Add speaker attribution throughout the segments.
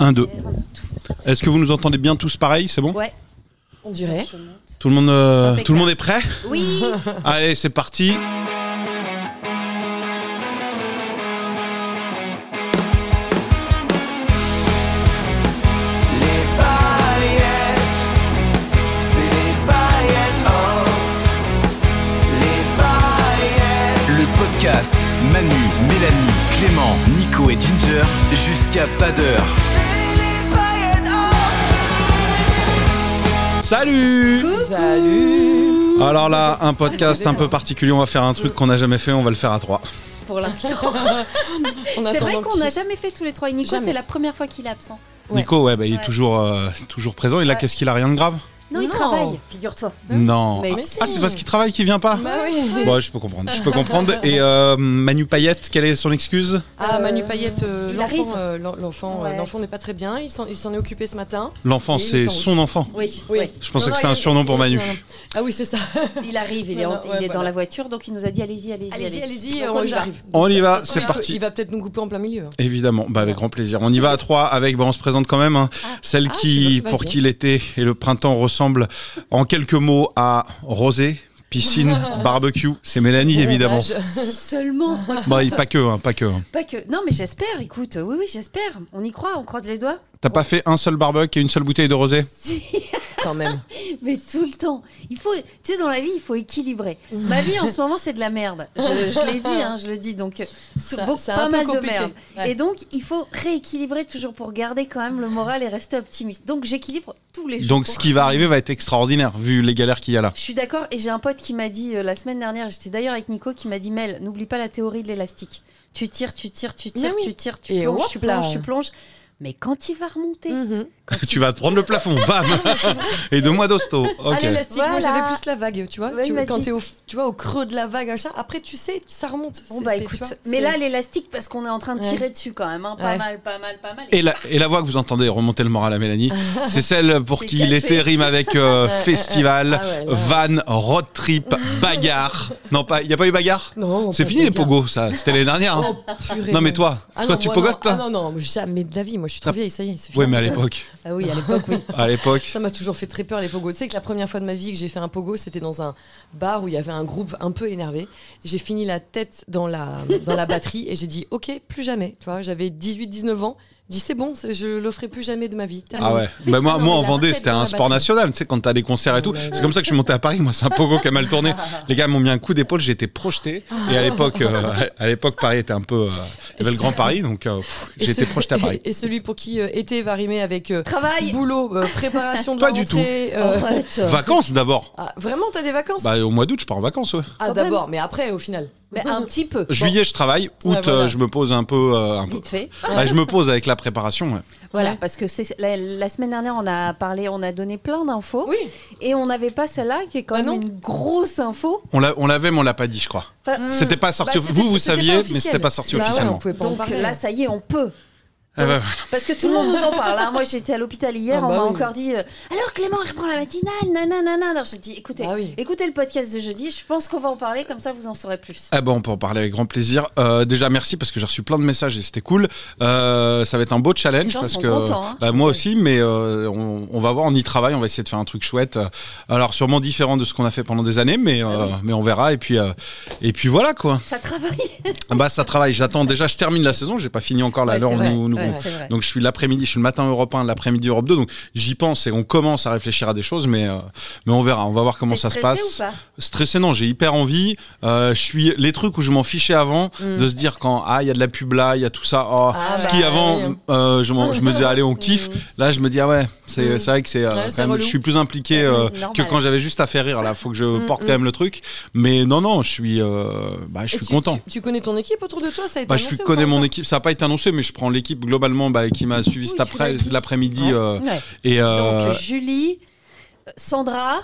Speaker 1: 1, 2. Est-ce que vous nous entendez bien tous pareil C'est bon
Speaker 2: Ouais.
Speaker 3: On dirait.
Speaker 1: Tout le monde, euh,
Speaker 2: Impeccable.
Speaker 1: tout le monde est prêt
Speaker 2: Oui.
Speaker 1: Allez, c'est parti.
Speaker 4: Les paillettes, c'est les paillettes off. Les paillettes. Le podcast Manu, Mélanie, Clément, Nico et Ginger jusqu'à pas d'heure. C'est les paillettes off.
Speaker 1: Salut
Speaker 3: Salut.
Speaker 1: Alors là, un podcast un peu particulier. On va faire un truc qu'on n'a jamais fait. On va le faire à trois.
Speaker 2: Pour l'instant.
Speaker 3: On
Speaker 2: C'est
Speaker 3: attend
Speaker 2: vrai
Speaker 3: un
Speaker 2: qu'on
Speaker 3: petit-
Speaker 2: n'a jamais fait tous les trois. Et Nico,
Speaker 3: Jamais.
Speaker 2: c'est la première fois qu'il est absent.
Speaker 3: Ouais. Bah
Speaker 1: Nico, ouais, bah, il est
Speaker 2: Ouais.
Speaker 1: toujours, euh, toujours présent. Et là,
Speaker 2: Ouais.
Speaker 1: qu'est-ce qu'il a rien de grave
Speaker 2: Non, il
Speaker 3: Non.
Speaker 2: travaille, figure-toi.
Speaker 1: Non.
Speaker 3: Mais
Speaker 1: Ah,
Speaker 3: si.
Speaker 1: ah, c'est parce qu'il travaille qu'il vient pas
Speaker 3: Bah oui.
Speaker 1: Bon, je peux comprendre. Je peux comprendre. Et euh, Manu Payette, quelle est son excuse
Speaker 3: Ah,
Speaker 2: Euh,
Speaker 3: Manu Payette, euh,
Speaker 2: il
Speaker 3: l'enfant,
Speaker 2: arrive.
Speaker 3: euh, l'en- l'enfant, euh,
Speaker 2: Ouais.
Speaker 3: l'enfant n'est pas très bien. Il s'en il s'en est occupé ce matin.
Speaker 1: L'enfant,
Speaker 3: Il est
Speaker 1: c'est
Speaker 3: en route.
Speaker 1: son enfant.
Speaker 2: Oui,
Speaker 3: Oui.
Speaker 2: oui.
Speaker 1: Je pensais que
Speaker 3: Non, non,
Speaker 1: c'était un
Speaker 3: il-
Speaker 1: surnom pour
Speaker 3: il-
Speaker 1: Manu.
Speaker 3: non, non. Ah oui, c'est ça.
Speaker 2: Il arrive, il est,
Speaker 3: Non,
Speaker 2: en-
Speaker 3: non,
Speaker 2: il
Speaker 3: ouais,
Speaker 2: est dans
Speaker 3: voilà.
Speaker 2: la voiture, donc il nous a dit allez-y, allez-y.
Speaker 3: Allez-y, allez-y.
Speaker 2: Donc,
Speaker 3: euh, On y arrive.
Speaker 1: On y va,
Speaker 3: Ça- ça-
Speaker 1: c'est
Speaker 3: il peut-
Speaker 1: parti.
Speaker 3: Il va peut-être nous couper en plein milieu.
Speaker 1: Évidemment, bah avec grand plaisir. On y va à trois avec, bah on se présente quand même, hein. celle
Speaker 3: Ah,
Speaker 1: qui,
Speaker 3: c'est bon,
Speaker 1: pour
Speaker 3: vas-y.
Speaker 1: qui l'été et le printemps ressemblent en quelques mots à rosé, piscine, barbecue. C'est Mélanie évidemment.
Speaker 3: Bronzage.
Speaker 2: Si seulement.
Speaker 1: Bah, et pas que, hein, pas que. hein.
Speaker 2: Pas que. Non, mais j'espère, écoute. Oui, oui, j'espère. On y croit, on croise les doigts.
Speaker 1: T'as pas fait un seul barbecue et une seule bouteille de rosé
Speaker 2: Si,
Speaker 3: Quand même.
Speaker 2: mais tout le temps. Il faut, tu sais, dans la vie, il faut équilibrer.
Speaker 3: Mmh.
Speaker 2: Ma vie en ce moment, c'est de la merde. Je, je l'ai dit, hein, je le dis. Donc, sous-
Speaker 3: Ça-
Speaker 2: beaucoup-
Speaker 3: c'est un
Speaker 2: pas
Speaker 3: peu
Speaker 2: mal de
Speaker 3: compliqué.
Speaker 2: merde.
Speaker 3: Ouais.
Speaker 2: Et donc, il faut rééquilibrer toujours pour garder quand même le moral et rester optimiste. Donc, j'équilibre tous les jours.
Speaker 1: Donc ce qui va arriver va être extraordinaire vu les galères qu'il y a là.
Speaker 2: Je suis d'accord et j'ai un pote qui m'a dit euh, la semaine dernière, j'étais d'ailleurs avec Nico, qui m'a dit Mel, n'oublie pas la théorie de l'élastique. Tu tires, tu tires, tu tires,
Speaker 3: Mais oui.
Speaker 2: tu tires, tu
Speaker 3: Et
Speaker 2: plonges,
Speaker 3: hop
Speaker 2: tu plonges,
Speaker 3: là.
Speaker 2: tu plonges. Mais quand il va remonter,
Speaker 3: Mhm.
Speaker 1: tu vas te prendre le plafond, bam Et deux mois d'hosto.
Speaker 3: Ah,
Speaker 1: Ok.
Speaker 3: l'élastique, moi
Speaker 2: Voilà.
Speaker 3: j'avais plus la vague, tu vois.
Speaker 2: Ouais,
Speaker 3: tu,
Speaker 2: il m'a
Speaker 3: quand
Speaker 2: dit.
Speaker 3: t'es au, tu vois, au creux de la vague, machin, après tu sais, ça remonte.
Speaker 2: bon
Speaker 3: C'est-
Speaker 2: bah
Speaker 3: c'est- tu
Speaker 2: écoute,
Speaker 3: vois,
Speaker 2: mais
Speaker 3: c'est-
Speaker 2: là l'élastique parce qu'on est en train de
Speaker 3: Ouais.
Speaker 2: tirer dessus quand même, hein. pas
Speaker 3: Ouais.
Speaker 2: mal, pas mal, pas mal.
Speaker 1: Et la, et la voix que vous entendez remonter le moral à Mélanie, c'est celle pour
Speaker 2: C'est
Speaker 1: qui
Speaker 2: cassé.
Speaker 1: l'été rime avec euh, festival,
Speaker 3: Ah ouais, là.
Speaker 1: van, road trip, bagarre. Non, pas, il n'y a pas eu bagarre
Speaker 3: Non,
Speaker 1: C'est
Speaker 3: pas
Speaker 1: fini les
Speaker 3: bagarre.
Speaker 1: pogos, ça. C'était l'année dernière. hein.
Speaker 3: Oh, purée,
Speaker 1: Non, mais toi,
Speaker 3: Ah
Speaker 1: toi
Speaker 3: non,
Speaker 1: tu
Speaker 3: moi, non.
Speaker 1: pogotes toi
Speaker 3: Ah non, non, jamais de la vie. Moi, je suis trop vieille, ça y est, c'est fini.
Speaker 1: Ouais, mais à l'époque.
Speaker 2: Ah oui, à l'époque oui.
Speaker 1: À l'époque.
Speaker 3: Ça m'a toujours fait très peur les pogos. Tu sais que la première fois de ma vie que j'ai fait un pogo, c'était dans un bar où il y avait un groupe un peu énervé. J'ai fini la tête dans la, dans la batterie et j'ai dit OK, plus jamais. Tu vois, j'avais 18-19 ans. J'ai dit c'est bon, c'est- je le ferai plus jamais de ma vie.
Speaker 1: Ah ouais. Bah, moi, moi
Speaker 3: Non, mais
Speaker 1: en
Speaker 3: la
Speaker 1: Vendée,
Speaker 3: tête
Speaker 1: c'était
Speaker 3: dans
Speaker 1: un
Speaker 3: la
Speaker 1: sport
Speaker 3: batterie.
Speaker 1: national, tu sais, quand t'as des concerts et tout.
Speaker 3: Ouais. Ah.
Speaker 1: C'est comme ça que je suis monté à Paris. Moi, c'est un pogo qui a mal tourné. Les gars m'ont mis un coup d'épaule, j'ai été projeté. Et à l'époque, euh, à l'époque, Paris était un peu. euh, il y avait le Grand Paris, donc euh, pff,
Speaker 3: Et
Speaker 1: j'ai été
Speaker 3: ce-
Speaker 1: projeté à Paris.
Speaker 3: Et, et celui pour qui euh, été va rimer avec euh,
Speaker 2: Travail.
Speaker 3: boulot, euh, préparation de
Speaker 1: Pas
Speaker 3: la
Speaker 1: du
Speaker 3: rentrée, euh,
Speaker 2: Arrête.
Speaker 1: Vacances d'abord.
Speaker 3: ah, vraiment, t'as des vacances
Speaker 1: Bah, au mois d'août, je pars en vacances, ouais.
Speaker 3: Ah
Speaker 2: quand
Speaker 3: d'abord, mais après au final.
Speaker 2: Mais un petit peu.
Speaker 1: Juillet, je travaille. Août,
Speaker 3: Ouais, voilà. Ah.
Speaker 1: euh, je me pose un peu. euh, un
Speaker 2: Bon,
Speaker 1: peu.
Speaker 2: vite fait.
Speaker 1: Bah, je me pose avec la préparation. ouais.
Speaker 2: Voilà,
Speaker 3: Ouais.
Speaker 2: parce que c'est la, la semaine dernière, on a parlé, on a donné plein d'infos
Speaker 3: Oui.
Speaker 2: et on n'avait pas celle-là qui est quand
Speaker 3: Bah
Speaker 2: même
Speaker 3: non.
Speaker 2: une grosse info.
Speaker 1: On l'a- on l'avait, mais on l'a pas dit, je crois.
Speaker 2: Enfin,
Speaker 1: C'était pas sorti.
Speaker 3: Bah, c'était-
Speaker 1: vous, vous
Speaker 3: c'était pas
Speaker 1: saviez, mais
Speaker 3: officiel.
Speaker 1: c'était pas sorti
Speaker 3: Bah ouais,
Speaker 1: officiellement.
Speaker 3: on pouvait pas en
Speaker 2: Donc
Speaker 3: parler.
Speaker 2: là, ça y est, on peut.
Speaker 1: Ah bah,
Speaker 2: Parce que tout le monde nous en parle. hein. Moi, j'étais à l'hôpital hier,
Speaker 3: Ah bah
Speaker 2: on m'a
Speaker 3: oui.
Speaker 2: encore dit euh, alors Clément il reprend la matinale, nanana. nanana. J'ai dit écoutez,
Speaker 3: Ah oui.
Speaker 2: écoutez le podcast de jeudi. Je pense qu'on va en parler comme ça, vous en saurez plus.
Speaker 1: Ah bah, on peut en parler avec grand plaisir. Euh, déjà merci parce que j'ai reçu plein de messages et c'était cool. Euh, ça va être un beau challenge
Speaker 2: Les gens
Speaker 1: parce
Speaker 2: sont
Speaker 1: que
Speaker 2: contents, hein.
Speaker 1: bah, moi aussi, mais euh, on, on va voir, on y travaille, on va essayer de faire un truc chouette. Euh, Alors sûrement différent de ce qu'on a fait pendant des années, mais
Speaker 3: Ah
Speaker 1: euh, mais on verra et puis euh, et puis voilà quoi.
Speaker 2: Ça travaille.
Speaker 1: Ah Bah ça travaille. J'attends déjà, je termine la saison. J'ai pas fini encore là.
Speaker 2: Ouais,
Speaker 1: l'heure
Speaker 2: c'est
Speaker 1: où
Speaker 2: vrai.
Speaker 1: nous, nous
Speaker 2: Ouais, vrai,
Speaker 1: bon.
Speaker 2: c'est vrai.
Speaker 1: Donc je suis l'après-midi, je suis le matin Europe 1, l'après-midi Europe 2. Donc j'y pense et on commence à réfléchir à des choses, mais euh, mais on verra, on va voir comment
Speaker 2: T'es
Speaker 1: ça se
Speaker 2: stressé
Speaker 1: passe.
Speaker 2: ou pas
Speaker 1: Stressé non, j'ai hyper envie. Euh, je suis les trucs où je m'en fichais avant,
Speaker 2: Mm.
Speaker 1: de se dire quand ah il y a de la pub là, il y a tout ça. Oh,
Speaker 3: Ah,
Speaker 1: ce
Speaker 3: bah,
Speaker 1: qui avant
Speaker 3: oui.
Speaker 1: euh, je, m'en- je me disais allez on kiffe.
Speaker 2: Mm.
Speaker 1: Là je me dis ah ouais c'est c'est vrai que c'est euh,
Speaker 3: Ouais,
Speaker 1: quand
Speaker 3: c'est
Speaker 1: même,
Speaker 3: relou.
Speaker 1: je suis plus impliqué euh,
Speaker 2: Normal. Mm,
Speaker 1: que quand j'avais juste à faire rire là. Faut que je porte quand même le truc. Mais non non je suis euh, bah je
Speaker 3: Et
Speaker 1: suis
Speaker 3: tu-
Speaker 1: content.
Speaker 3: Tu, tu connais ton équipe autour de toi ça a été
Speaker 1: Bah, je
Speaker 3: annoncé
Speaker 1: suis-
Speaker 3: ou
Speaker 1: connais
Speaker 3: pas
Speaker 1: mon
Speaker 3: encore
Speaker 1: équipe, ça n'a pas été annoncé, mais je prends l'équipe globalement bah, qui m'a suivi
Speaker 3: Oui,
Speaker 1: cet
Speaker 3: tu
Speaker 1: après,
Speaker 3: l'as dit.
Speaker 1: l'après-midi.
Speaker 3: Ouais.
Speaker 1: euh,
Speaker 2: Ouais.
Speaker 1: et euh,
Speaker 2: Donc Julie, euh, Sandra,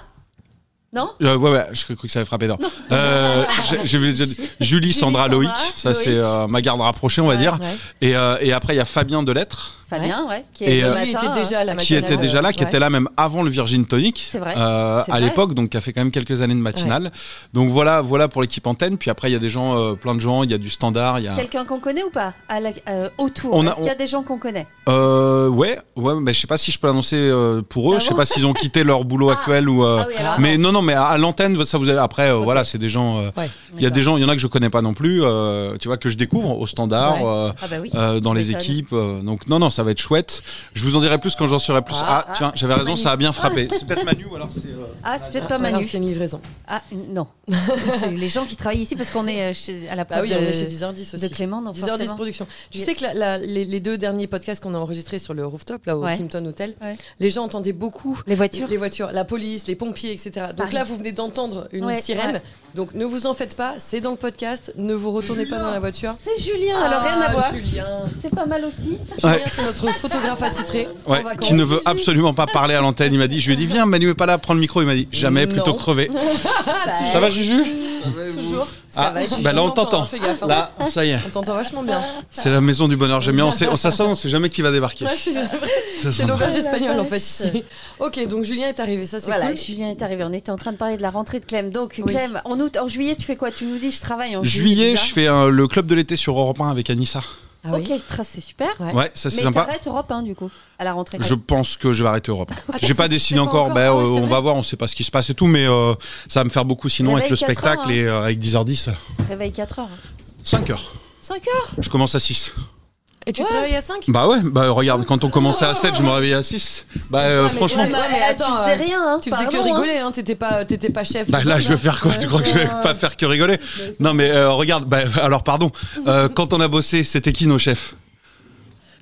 Speaker 2: non
Speaker 1: euh, ouais, ouais, je crois que ça avait frappé d'or. Euh, j'ai- j'ai vu- j'ai- Julie, Sandra,
Speaker 2: Sandra,
Speaker 1: Loïc, ça
Speaker 2: Loïc.
Speaker 1: c'est euh, ma garde rapprochée, on va
Speaker 2: Ouais.
Speaker 1: dire.
Speaker 3: Ouais.
Speaker 1: Et, euh, et après, il y a Fabien Delettre,
Speaker 2: Fabien, ouais, qui
Speaker 1: Et,
Speaker 2: est le
Speaker 1: euh,
Speaker 3: Julie
Speaker 2: matin,
Speaker 3: était déjà à la
Speaker 1: qui
Speaker 3: matinale,
Speaker 1: était déjà là, qui
Speaker 3: ouais.
Speaker 1: était là même avant le Virgin Tonic.
Speaker 2: C'est vrai,
Speaker 1: euh,
Speaker 2: c'est
Speaker 1: à
Speaker 2: vrai.
Speaker 1: l'époque, donc qui a fait quand même quelques années de matinale. Donc voilà, voilà pour l'équipe antenne. Puis après, il y a des gens, euh, plein de gens, il y a du standard, il y a.
Speaker 2: euh, Quelqu'un qu'on connaît ou pas à la- euh, Autour,
Speaker 1: On a-
Speaker 2: est-ce qu'il y a des gens qu'on connaît
Speaker 1: Euh, ouais, ouais, mais je sais pas si je peux l'annoncer euh, pour eux.
Speaker 2: Ah
Speaker 1: je sais
Speaker 2: bon
Speaker 1: pas s'ils ont quitté leur boulot
Speaker 2: Ah.
Speaker 1: actuel ou. euh,
Speaker 2: Ah oui, alors,
Speaker 1: mais non, non, mais à, à l'antenne, ça vous allez. Après, euh, voilà, c'est des gens. euh,
Speaker 3: Ouais.
Speaker 1: Il y
Speaker 2: bah.
Speaker 1: a des gens, il y en a que je connais pas non plus. euh, tu vois que je découvre au standard.
Speaker 3: Ouais.
Speaker 1: euh,
Speaker 2: Ah bah oui,
Speaker 1: euh, dans
Speaker 2: tu
Speaker 1: les
Speaker 2: m'étonnes.
Speaker 1: équipes, euh, donc non, non, ça va être chouette. Je vous en dirai plus quand j'en serai plus. Ah,
Speaker 2: Ah,
Speaker 1: tiens,
Speaker 2: ah,
Speaker 1: j'avais
Speaker 2: c'est
Speaker 1: raison,
Speaker 2: Manu.
Speaker 1: ça a bien frappé. C'est peut-être Manu ou alors c'est. euh,
Speaker 2: Ah, c'est peut-être
Speaker 3: Ah,
Speaker 2: pas
Speaker 3: alors,
Speaker 2: Manu.
Speaker 3: c'est une livraison.
Speaker 2: Ah, non. c'est les gens qui travaillent ici parce qu'on est euh, chez- à la
Speaker 3: Bah
Speaker 2: preuve
Speaker 3: oui, on est chez 10h10
Speaker 2: de, de
Speaker 3: aussi.
Speaker 2: Clément. Donc
Speaker 3: 10h10
Speaker 2: forcément.
Speaker 3: production. Tu
Speaker 2: Il-
Speaker 3: sais que la- la- les, les deux derniers podcasts qu'on a enregistrés sur le rooftop, là, au
Speaker 2: Ouais.
Speaker 3: Kimpton Hotel,
Speaker 2: Ouais.
Speaker 3: les gens entendaient beaucoup
Speaker 2: Les voitures.
Speaker 3: les voitures, la police, les pompiers, etc. Donc
Speaker 2: Paris.
Speaker 3: là, vous venez d'entendre une
Speaker 2: Ouais,
Speaker 3: sirène.
Speaker 2: ouais.
Speaker 3: Donc ne vous en faites pas, c'est dans le podcast. Ne vous retournez pas dans la voiture.
Speaker 2: C'est Julien, alors rien à
Speaker 3: Ah,
Speaker 2: voir.
Speaker 3: Julien,
Speaker 2: C'est pas mal aussi.
Speaker 1: Ouais.
Speaker 3: Julien, c'est notre photographe attitré. en
Speaker 1: Ouais,
Speaker 3: vacances.
Speaker 1: qui ne veut absolument pas parler à l'antenne. Il m'a dit, je lui ai dit, viens, Manu est pas là, prends le micro. Il m'a dit, jamais,
Speaker 3: Non.
Speaker 1: plutôt crever. ça va, Juju
Speaker 3: Toujours.
Speaker 1: Ah, bah là, on t'entend.
Speaker 3: Fais gaffe. hein.
Speaker 1: Là, ça y est.
Speaker 3: On t'entend vachement bien.
Speaker 1: C'est la maison du bonheur. J'aime bien. On sait, on s'assoit, on sait jamais qui va débarquer.
Speaker 3: Ouais, c'est
Speaker 1: Ça,
Speaker 3: c'est
Speaker 1: ça marche.
Speaker 3: l'auberge
Speaker 2: la
Speaker 3: espagnole en
Speaker 2: vache.
Speaker 3: fait ici. Ok, donc Julien est arrivé, ça c'est
Speaker 2: Voilà,
Speaker 3: cool.
Speaker 2: Julien est arrivé. On était en train de parler de la rentrée de Clem. Donc,
Speaker 3: Oui.
Speaker 2: Clem, en, août, en juillet, tu fais quoi Tu nous dis, je travaille en
Speaker 1: Juillet,
Speaker 2: juillet.
Speaker 1: je fais euh, le club de l'été sur Europe 1 avec Anissa.
Speaker 3: Ah oui.
Speaker 2: Ok, tra- c'est super.
Speaker 3: Ouais.
Speaker 1: Ouais, ça c'est
Speaker 2: Mais
Speaker 1: sympa.
Speaker 2: t'arrêtes Europe 1 du coup, à la rentrée.
Speaker 1: Je pense que je vais arrêter Europe. 1.
Speaker 2: Ah,
Speaker 1: J'ai pas
Speaker 2: c'est-
Speaker 1: décidé
Speaker 2: c'est pas
Speaker 1: encore.
Speaker 2: encore.
Speaker 1: Ben,
Speaker 2: Ah ouais,
Speaker 1: euh,
Speaker 2: c'est
Speaker 1: on
Speaker 2: vrai.
Speaker 1: va voir. On sait pas ce qui se passe et tout, mais euh, ça va me faire beaucoup sinon avec
Speaker 2: Réveil
Speaker 1: le
Speaker 2: 4 heures,
Speaker 1: spectacle
Speaker 2: hein.
Speaker 1: et euh, avec 10h10, euh,
Speaker 2: Réveille 4 heures.
Speaker 1: 5h.
Speaker 2: 5 heures
Speaker 1: Je commence à 6.
Speaker 3: Et tu travailles à 5
Speaker 1: Bah ouais. Bah regarde, quand on commençait à 7, je me réveillais à 6. Bah euh, franchement.
Speaker 3: Ouais, mais attends,
Speaker 2: tu faisais
Speaker 3: euh,
Speaker 2: rien. Hein,
Speaker 3: Tu faisais que
Speaker 2: pardon, hein.
Speaker 3: rigoler, hein. t'étais pas, t'étais pas chef.
Speaker 1: Bah là, je veux faire quoi Tu crois que je vais pas faire que rigoler Non, mais euh, regarde. Bah, alors, pardon. Euh, quand on a bossé, c'était qui nos chefs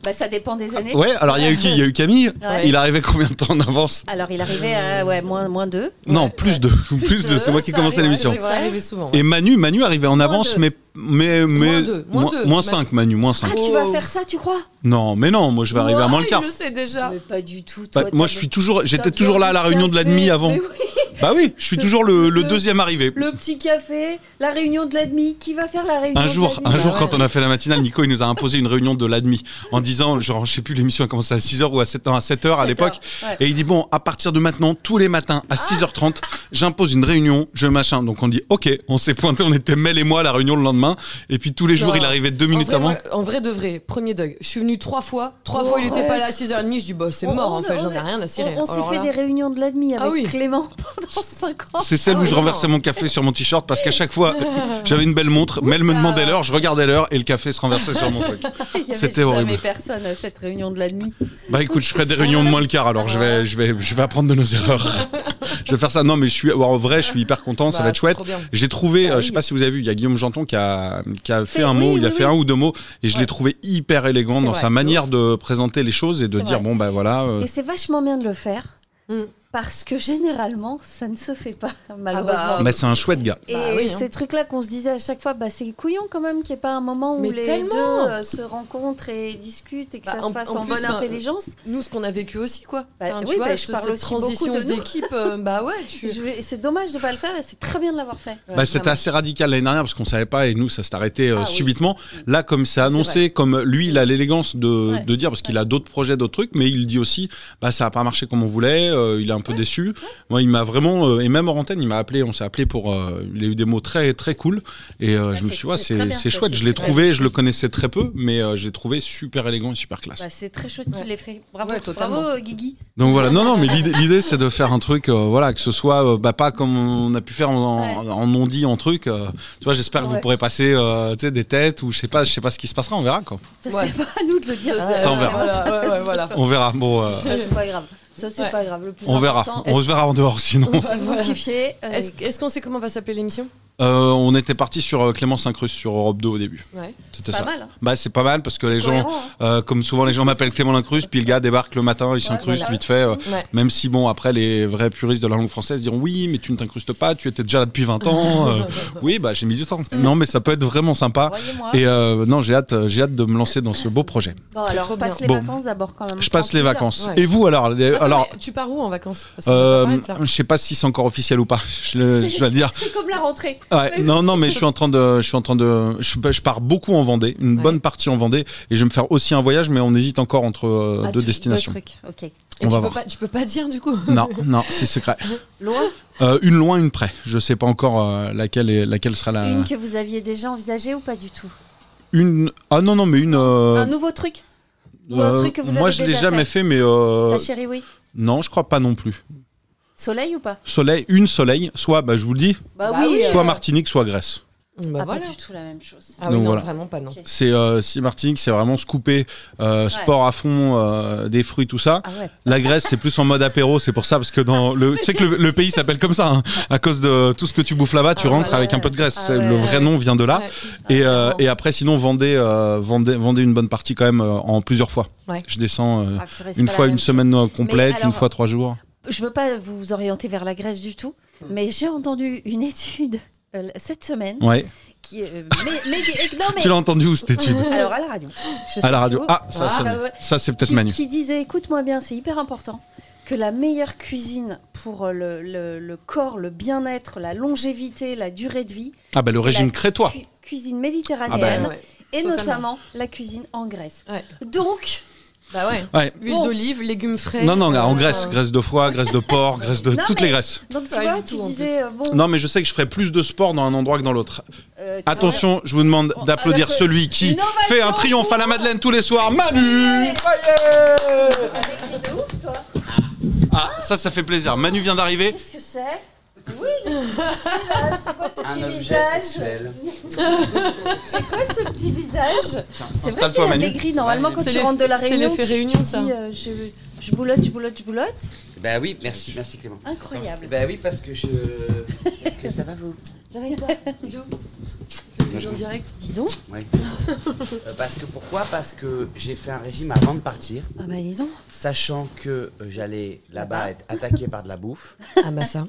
Speaker 2: Bah, ça dépend des années.
Speaker 1: Ouais. Alors, il y a eu qui Il y a eu Camille.
Speaker 2: Ouais.
Speaker 1: Il arrivait combien de temps en avance
Speaker 2: Alors, il arrivait à ouais, moins, moins 2.
Speaker 1: Non, plus de. Plus de. C'est moi qui
Speaker 2: ça
Speaker 1: commençais
Speaker 2: arrive,
Speaker 1: l'émission.
Speaker 2: c'est vrai.
Speaker 3: Ça arrivait souvent.
Speaker 1: Et Manu, Manu arrivait en avance,
Speaker 2: deux.
Speaker 1: mais mais
Speaker 3: Moins
Speaker 1: mais
Speaker 3: deux, moins deux.
Speaker 1: 5 Manu, moins 5.
Speaker 2: Ah, tu
Speaker 3: Oh.
Speaker 2: vas faire ça, tu crois
Speaker 1: Non, mais non, moi je vais arriver à moins le quart.
Speaker 3: Je sais déjà.
Speaker 2: Mais pas du tout.
Speaker 1: Bah,
Speaker 2: toi,
Speaker 1: moi
Speaker 2: t'as-
Speaker 1: je suis toujours,
Speaker 2: t'as
Speaker 1: j'étais toujours là à la
Speaker 2: besoin
Speaker 1: réunion
Speaker 2: du
Speaker 1: de la demi
Speaker 2: café.
Speaker 1: avant.
Speaker 2: Mais oui,
Speaker 1: Bah oui, je suis toujours le, le
Speaker 2: le-
Speaker 1: deuxième arrivé.
Speaker 2: le petit café, la réunion de la demi. Qui va faire la réunion
Speaker 1: Un
Speaker 2: de
Speaker 1: jour,
Speaker 2: la
Speaker 1: un
Speaker 2: demi
Speaker 1: jour
Speaker 3: bah ouais.
Speaker 1: quand on a fait la matinale, Nico il nous a imposé une réunion de la demi en disant, genre je sais plus l'émission a commencé à 6h ou à 7h à 7h à
Speaker 2: 7
Speaker 1: l'époque
Speaker 2: heures, ouais.
Speaker 1: et il dit bon, à partir de maintenant tous les matins à 6h30, j'impose une réunion, je machin. Donc on dit OK, on s'est pointé, on était Mel et moi à la réunion le lendemain et puis tous les jours
Speaker 3: Non.
Speaker 1: il arrivait deux minutes
Speaker 3: en vrai,
Speaker 1: avant.
Speaker 3: moi, en vrai de vrai, premier Doug, je suis venu trois fois. Trois
Speaker 2: Oh,
Speaker 3: fois, il était pas
Speaker 2: arrête.
Speaker 3: là à 6h30. Je dis, bah, c'est
Speaker 2: On-
Speaker 3: mort
Speaker 2: on-
Speaker 3: en fait, j'en ai
Speaker 2: on-
Speaker 3: rien à cirer.
Speaker 2: On, on s'est
Speaker 3: Alors
Speaker 2: fait
Speaker 3: là-
Speaker 2: des réunions de la demi avec
Speaker 3: Ah oui.
Speaker 2: Clément pendant 5 ans.
Speaker 1: C'est celle où je
Speaker 3: Ah,
Speaker 1: renversais
Speaker 3: non.
Speaker 1: mon café sur mon t-shirt parce qu'à chaque fois, j'avais une belle montre, mais elle me demandait l'heure, je regardais l'heure et le café se renversait sur mon truc.
Speaker 2: Il n'y avait
Speaker 1: C'était
Speaker 2: jamais
Speaker 1: horrible.
Speaker 2: personne à cette réunion de la demi.
Speaker 1: Bah écoute, je ferai des réunions de moins le quart alors, je vais, je vais, je vais apprendre de nos erreurs. je vais faire ça. Non, mais je suis, en vrai, je suis hyper content, ça
Speaker 3: Bah,
Speaker 1: va être
Speaker 3: c'est
Speaker 1: chouette.
Speaker 3: trop bien.
Speaker 1: J'ai trouvé, euh, je sais
Speaker 3: oui.
Speaker 1: pas si vous avez vu, il y a Guillaume Janton qui a, qui a fait
Speaker 2: Fait-
Speaker 1: un mot,
Speaker 2: oui,
Speaker 1: il a
Speaker 2: oui,
Speaker 1: fait
Speaker 2: oui.
Speaker 1: un ou deux mots et je l'ai trouvé hyper élégant
Speaker 3: C'est
Speaker 1: dans
Speaker 3: vrai,
Speaker 1: sa manière de présenter les choses et de
Speaker 2: C'est
Speaker 1: dire
Speaker 2: vrai.
Speaker 1: bon bah voilà. euh,
Speaker 2: Et c'est vachement bien de le faire.
Speaker 3: Mm.
Speaker 2: Parce que généralement, ça ne se fait pas,
Speaker 3: bah,
Speaker 2: malheureusement.
Speaker 1: bah, c'est un chouette gars.
Speaker 2: et
Speaker 3: Bah oui, hein.
Speaker 2: ces trucs-là qu'on se disait à chaque fois, bah, c'est couillon quand même qu'il n'y ait pas un moment où
Speaker 3: Mais
Speaker 2: les
Speaker 3: tellement.
Speaker 2: deux euh, se rencontrent et discutent et que
Speaker 3: Bah,
Speaker 2: ça
Speaker 3: en-
Speaker 2: se fasse
Speaker 3: en
Speaker 2: en,
Speaker 3: plus,
Speaker 2: bonne
Speaker 3: hein,
Speaker 2: intelligence.
Speaker 3: Nous, ce qu'on a vécu aussi, quoi.
Speaker 2: Bah,
Speaker 3: Enfin, tu
Speaker 2: oui,
Speaker 3: vois,
Speaker 2: bah, je
Speaker 3: ce-
Speaker 2: parle
Speaker 3: cette
Speaker 2: aussi beaucoup
Speaker 3: transition
Speaker 2: de nous.
Speaker 3: d'équipe, euh, bah ouais, tu.
Speaker 2: Je vais- C'est dommage de ne pas le faire et c'est très bien de l'avoir fait.
Speaker 1: Bah, c'était
Speaker 3: vraiment.
Speaker 1: assez radical l'année dernière parce qu'on savait pas et nous ça s'est arrêté euh,
Speaker 2: Euh, Ah oui.
Speaker 1: subitement. Là comme c'est annoncé, comme lui il a l'élégance de,
Speaker 2: Ouais.
Speaker 1: de dire parce qu'il a d'autres projets, d'autres trucs, mais il dit aussi bah ça a pas marché comme on voulait, euh, il est un peu déçu. Moi, il m'a vraiment, euh, et même en antenne, il m'a appelé, on s'est appelé pour. euh, il a eu des mots très, très cool. Et euh, je me
Speaker 2: Ah, c'est-
Speaker 1: suis dit, ouais,
Speaker 2: c'est très
Speaker 1: c'est
Speaker 2: bien,
Speaker 1: c'est
Speaker 2: ça,
Speaker 1: chouette.
Speaker 2: c'est
Speaker 1: Je l'ai
Speaker 2: très
Speaker 1: trouvé,
Speaker 2: bien.
Speaker 1: je le connaissais très peu, mais euh, je l'ai trouvé super élégant et super classe.
Speaker 2: Bah, c'est très chouette qu'il l'ait fait. Bravo,
Speaker 3: Ouais, totalement.
Speaker 2: bravo euh, Guigui.
Speaker 1: Donc voilà, non, non, mais l'idée, l'idée, c'est de faire un truc, euh, voilà, que ce soit euh, bah, pas comme on a pu faire en, en, en non-dit, en truc. euh, tu vois, j'espère que vous
Speaker 2: Ouais.
Speaker 1: pourrez passer euh, tu sais, des têtes ou je sais pas, je sais pas ce qui se passera, on verra quoi.
Speaker 2: Ça,
Speaker 3: Ouais.
Speaker 2: c'est pas à nous de le dire. Euh,
Speaker 3: Ça, c'est-
Speaker 1: Ça, on verra.
Speaker 3: Ah, Voilà, ouais, ouais, voilà.
Speaker 1: On verra, bon, euh,
Speaker 2: Ça, c'est pas grave. Ça, c'est
Speaker 3: Ouais.
Speaker 2: pas grave. Le plus
Speaker 1: on verra,
Speaker 2: important,
Speaker 1: on se verra en dehors sinon.
Speaker 2: si vous
Speaker 3: Voilà.
Speaker 2: kiffiez, euh,
Speaker 3: Est-ce est-ce qu'on sait comment va s'appeler l'émission
Speaker 1: Euh, on était parti sur euh, Clément Saint-Cruz sur Europe 2 au début.
Speaker 3: Ouais.
Speaker 1: C'était
Speaker 2: c'est pas
Speaker 1: ça.
Speaker 2: mal. hein.
Speaker 1: Bah, c'est pas mal parce que les gens,
Speaker 2: Cohérent, hein.
Speaker 1: euh, comme souvent, les gens m'appellent Clément Lancruz, puis le gars débarque le matin, il s'incruste
Speaker 2: voilà.
Speaker 1: vite fait. euh,
Speaker 3: Ouais.
Speaker 1: Même si, bon, après, les vrais puristes de la langue française diront oui, mais tu ne t'incrustes pas, tu étais déjà là depuis 20 ans. euh, oui, bah, j'ai mis du temps. Non, mais ça peut être vraiment sympa.
Speaker 2: Croyez-moi.
Speaker 1: Et euh, non, j'ai hâte, euh, j'ai hâte de me lancer dans ce beau projet.
Speaker 2: Bon,
Speaker 3: C'est
Speaker 2: alors,
Speaker 3: trop
Speaker 2: passe
Speaker 3: bien.
Speaker 2: les
Speaker 1: Bon.
Speaker 2: vacances d'abord quand même.
Speaker 1: Je passe les
Speaker 2: Hum, tranquille.
Speaker 1: vacances.
Speaker 3: Ouais.
Speaker 1: Et vous, alors les- Euh,
Speaker 3: Attends,
Speaker 1: alors
Speaker 3: mais tu pars où en vacances Parce qu'on
Speaker 1: euh,
Speaker 3: peut parler de ça.
Speaker 1: je sais pas si c'est encore officiel ou pas. Je, le- je dois le dire.
Speaker 2: C'est comme la rentrée.
Speaker 1: Ouais,
Speaker 2: Mais-
Speaker 1: non, non, mais je suis en train de, je suis en train de, je, je pars beaucoup en Vendée, une
Speaker 3: Ouais.
Speaker 1: bonne partie en Vendée, et je vais me faire aussi un voyage, mais on hésite encore entre euh,
Speaker 2: Ah,
Speaker 1: deux
Speaker 2: tu-
Speaker 1: destinations.
Speaker 2: deux trucs, ok.
Speaker 3: Et
Speaker 1: on
Speaker 3: tu,
Speaker 1: va
Speaker 3: peux
Speaker 1: voir. Bah
Speaker 3: Pas, tu peux pas dire du coup
Speaker 1: Non, non, c'est secret.
Speaker 2: Loin,
Speaker 1: Euh, une loin, une près. Je sais pas encore euh, laquelle, est, laquelle sera la.
Speaker 2: une que vous aviez déjà envisagée ou pas du tout
Speaker 1: Une- Ah non, non, mais une. euh,
Speaker 2: Un nouveau truc ou un truc que vous
Speaker 1: moi,
Speaker 2: avez
Speaker 1: je l'ai
Speaker 2: déjà
Speaker 1: jamais fait, mais euh,
Speaker 2: Ta chérie, oui.
Speaker 1: non, je crois pas non plus.
Speaker 2: Soleil ou pas
Speaker 1: Soleil, une soleil, soit, bah, je vous le dis,
Speaker 2: Bah,
Speaker 3: Bah
Speaker 2: oui.
Speaker 3: oui.
Speaker 1: soit Martinique, soit Grèce.
Speaker 3: Bah
Speaker 2: Ah,
Speaker 3: voilà.
Speaker 2: Pas du tout la même chose.
Speaker 3: Ah oui,
Speaker 1: Donc
Speaker 3: non,
Speaker 1: voilà.
Speaker 3: vraiment pas non.
Speaker 2: Ok.
Speaker 1: C'est euh, si Martinique, c'est vraiment se couper, euh, sport à fond, euh, des fruits, tout ça.
Speaker 2: Ah ouais.
Speaker 1: La Grèce, c'est plus en mode apéro, c'est pour ça, parce que dans le, tu sais que le, le pays s'appelle comme ça, hein. à cause de tout ce que tu bouffes là-bas, tu
Speaker 3: Ah
Speaker 1: rentres
Speaker 3: ouais.
Speaker 1: avec un peu de Grèce.
Speaker 2: Ah
Speaker 1: C'est-
Speaker 2: ouais.
Speaker 1: Le vrai
Speaker 3: Ouais.
Speaker 1: nom vient de là.
Speaker 3: Ouais.
Speaker 2: Ah,
Speaker 1: Et, euh,
Speaker 3: vraiment.
Speaker 1: et après, sinon, vendez, euh, vendez, vendez une bonne partie quand même euh, en plusieurs fois.
Speaker 3: Ouais.
Speaker 1: Je descends euh,
Speaker 2: Ah, purée, c'est
Speaker 1: une
Speaker 2: pas la
Speaker 1: fois
Speaker 2: même
Speaker 1: une
Speaker 2: chose.
Speaker 1: semaine euh, complète,
Speaker 2: alors-
Speaker 1: une fois trois jours.
Speaker 2: Je veux pas vous orienter vers la Grèce du tout, mais j'ai entendu une étude euh, cette semaine
Speaker 1: Ouais.
Speaker 2: qui. euh, mais, mais- et- non, mais.
Speaker 1: Hmm. Tu l'as entendu où cette étude
Speaker 2: Alors à la radio. Je sais
Speaker 1: À la
Speaker 2: plus
Speaker 1: radio.
Speaker 2: où.
Speaker 1: Ah, ça,
Speaker 2: Ah,
Speaker 1: sonne.
Speaker 2: bah ouais.
Speaker 1: ça c'est peut-être
Speaker 2: qui,
Speaker 1: Manu.
Speaker 2: qui disait, écoute-moi bien, c'est hyper important, que la meilleure cuisine pour euh, le, le- le corps, le bien-être, la longévité, la durée de vie,
Speaker 1: Ah bah le
Speaker 2: c'est
Speaker 1: régime
Speaker 2: la
Speaker 1: crétois.
Speaker 2: cu- cuisine
Speaker 1: Ah
Speaker 2: méditerranéenne,
Speaker 1: bah,
Speaker 3: Ouais.
Speaker 2: et euh,
Speaker 3: totalement.
Speaker 2: notamment la cuisine en Grèce.
Speaker 3: Ouais.
Speaker 2: Donc,
Speaker 3: Bah ouais.
Speaker 1: Ouais.
Speaker 3: Huile
Speaker 2: Bon.
Speaker 3: d'olive, légumes frais.
Speaker 1: Non, non, en
Speaker 3: euh,
Speaker 1: Grèce, Grèce de foie, Grèce de porc, Grèce de
Speaker 2: Non,
Speaker 1: toutes
Speaker 2: mais-
Speaker 1: les Grèces.
Speaker 2: donc tu
Speaker 3: Pas
Speaker 2: vois,
Speaker 3: du
Speaker 2: tu
Speaker 3: tout, en
Speaker 2: disais, euh, bon...
Speaker 1: Non, mais je sais que je ferai plus de sport dans un endroit que dans l'autre.
Speaker 2: euh, tu vois,
Speaker 1: Attention, je vous demande
Speaker 2: Bon,
Speaker 1: d'applaudir
Speaker 2: alors que-
Speaker 1: celui qui
Speaker 2: Innovation
Speaker 1: fait un triomphe à la Madeleine tous les soirs, Manu
Speaker 2: mais de ouf, toi
Speaker 1: Ah, ça, ça fait plaisir. Manu vient d'arriver.
Speaker 2: Qu'est-ce que c'est Oui, il est là, c'est quoi ce petit
Speaker 5: Un objet
Speaker 2: visage
Speaker 5: sexuel.
Speaker 2: C'est quoi ce petit visage C'est vrai qu'il
Speaker 1: installe-toi,
Speaker 2: a
Speaker 1: Manu.
Speaker 2: maigri. Normalement, quand
Speaker 3: C'est
Speaker 2: tu
Speaker 3: les-
Speaker 2: rentres de la
Speaker 3: c'est
Speaker 2: réunion,
Speaker 3: l'effet
Speaker 2: tu- tu
Speaker 3: réunion, ça.
Speaker 2: dis, euh, je, je boulotte, je boulotte, je boulotte.
Speaker 5: Bah oui, merci, merci Clément.
Speaker 1: Eh
Speaker 4: Eh
Speaker 1: ben.
Speaker 2: Incroyable.
Speaker 4: ben
Speaker 5: Bah oui, parce que je. Est-ce que ça va vous
Speaker 3: Ça va et toi Bisous. Bisous en direct.
Speaker 2: Dis donc.
Speaker 5: Oui. Euh, parce que pourquoi Parce que j'ai fait un régime avant de partir,
Speaker 2: Ah bah dis donc.
Speaker 5: sachant que euh, j'allais
Speaker 2: Là-bas.
Speaker 5: là-bas être attaqué par de la bouffe.
Speaker 3: Ah bah ça.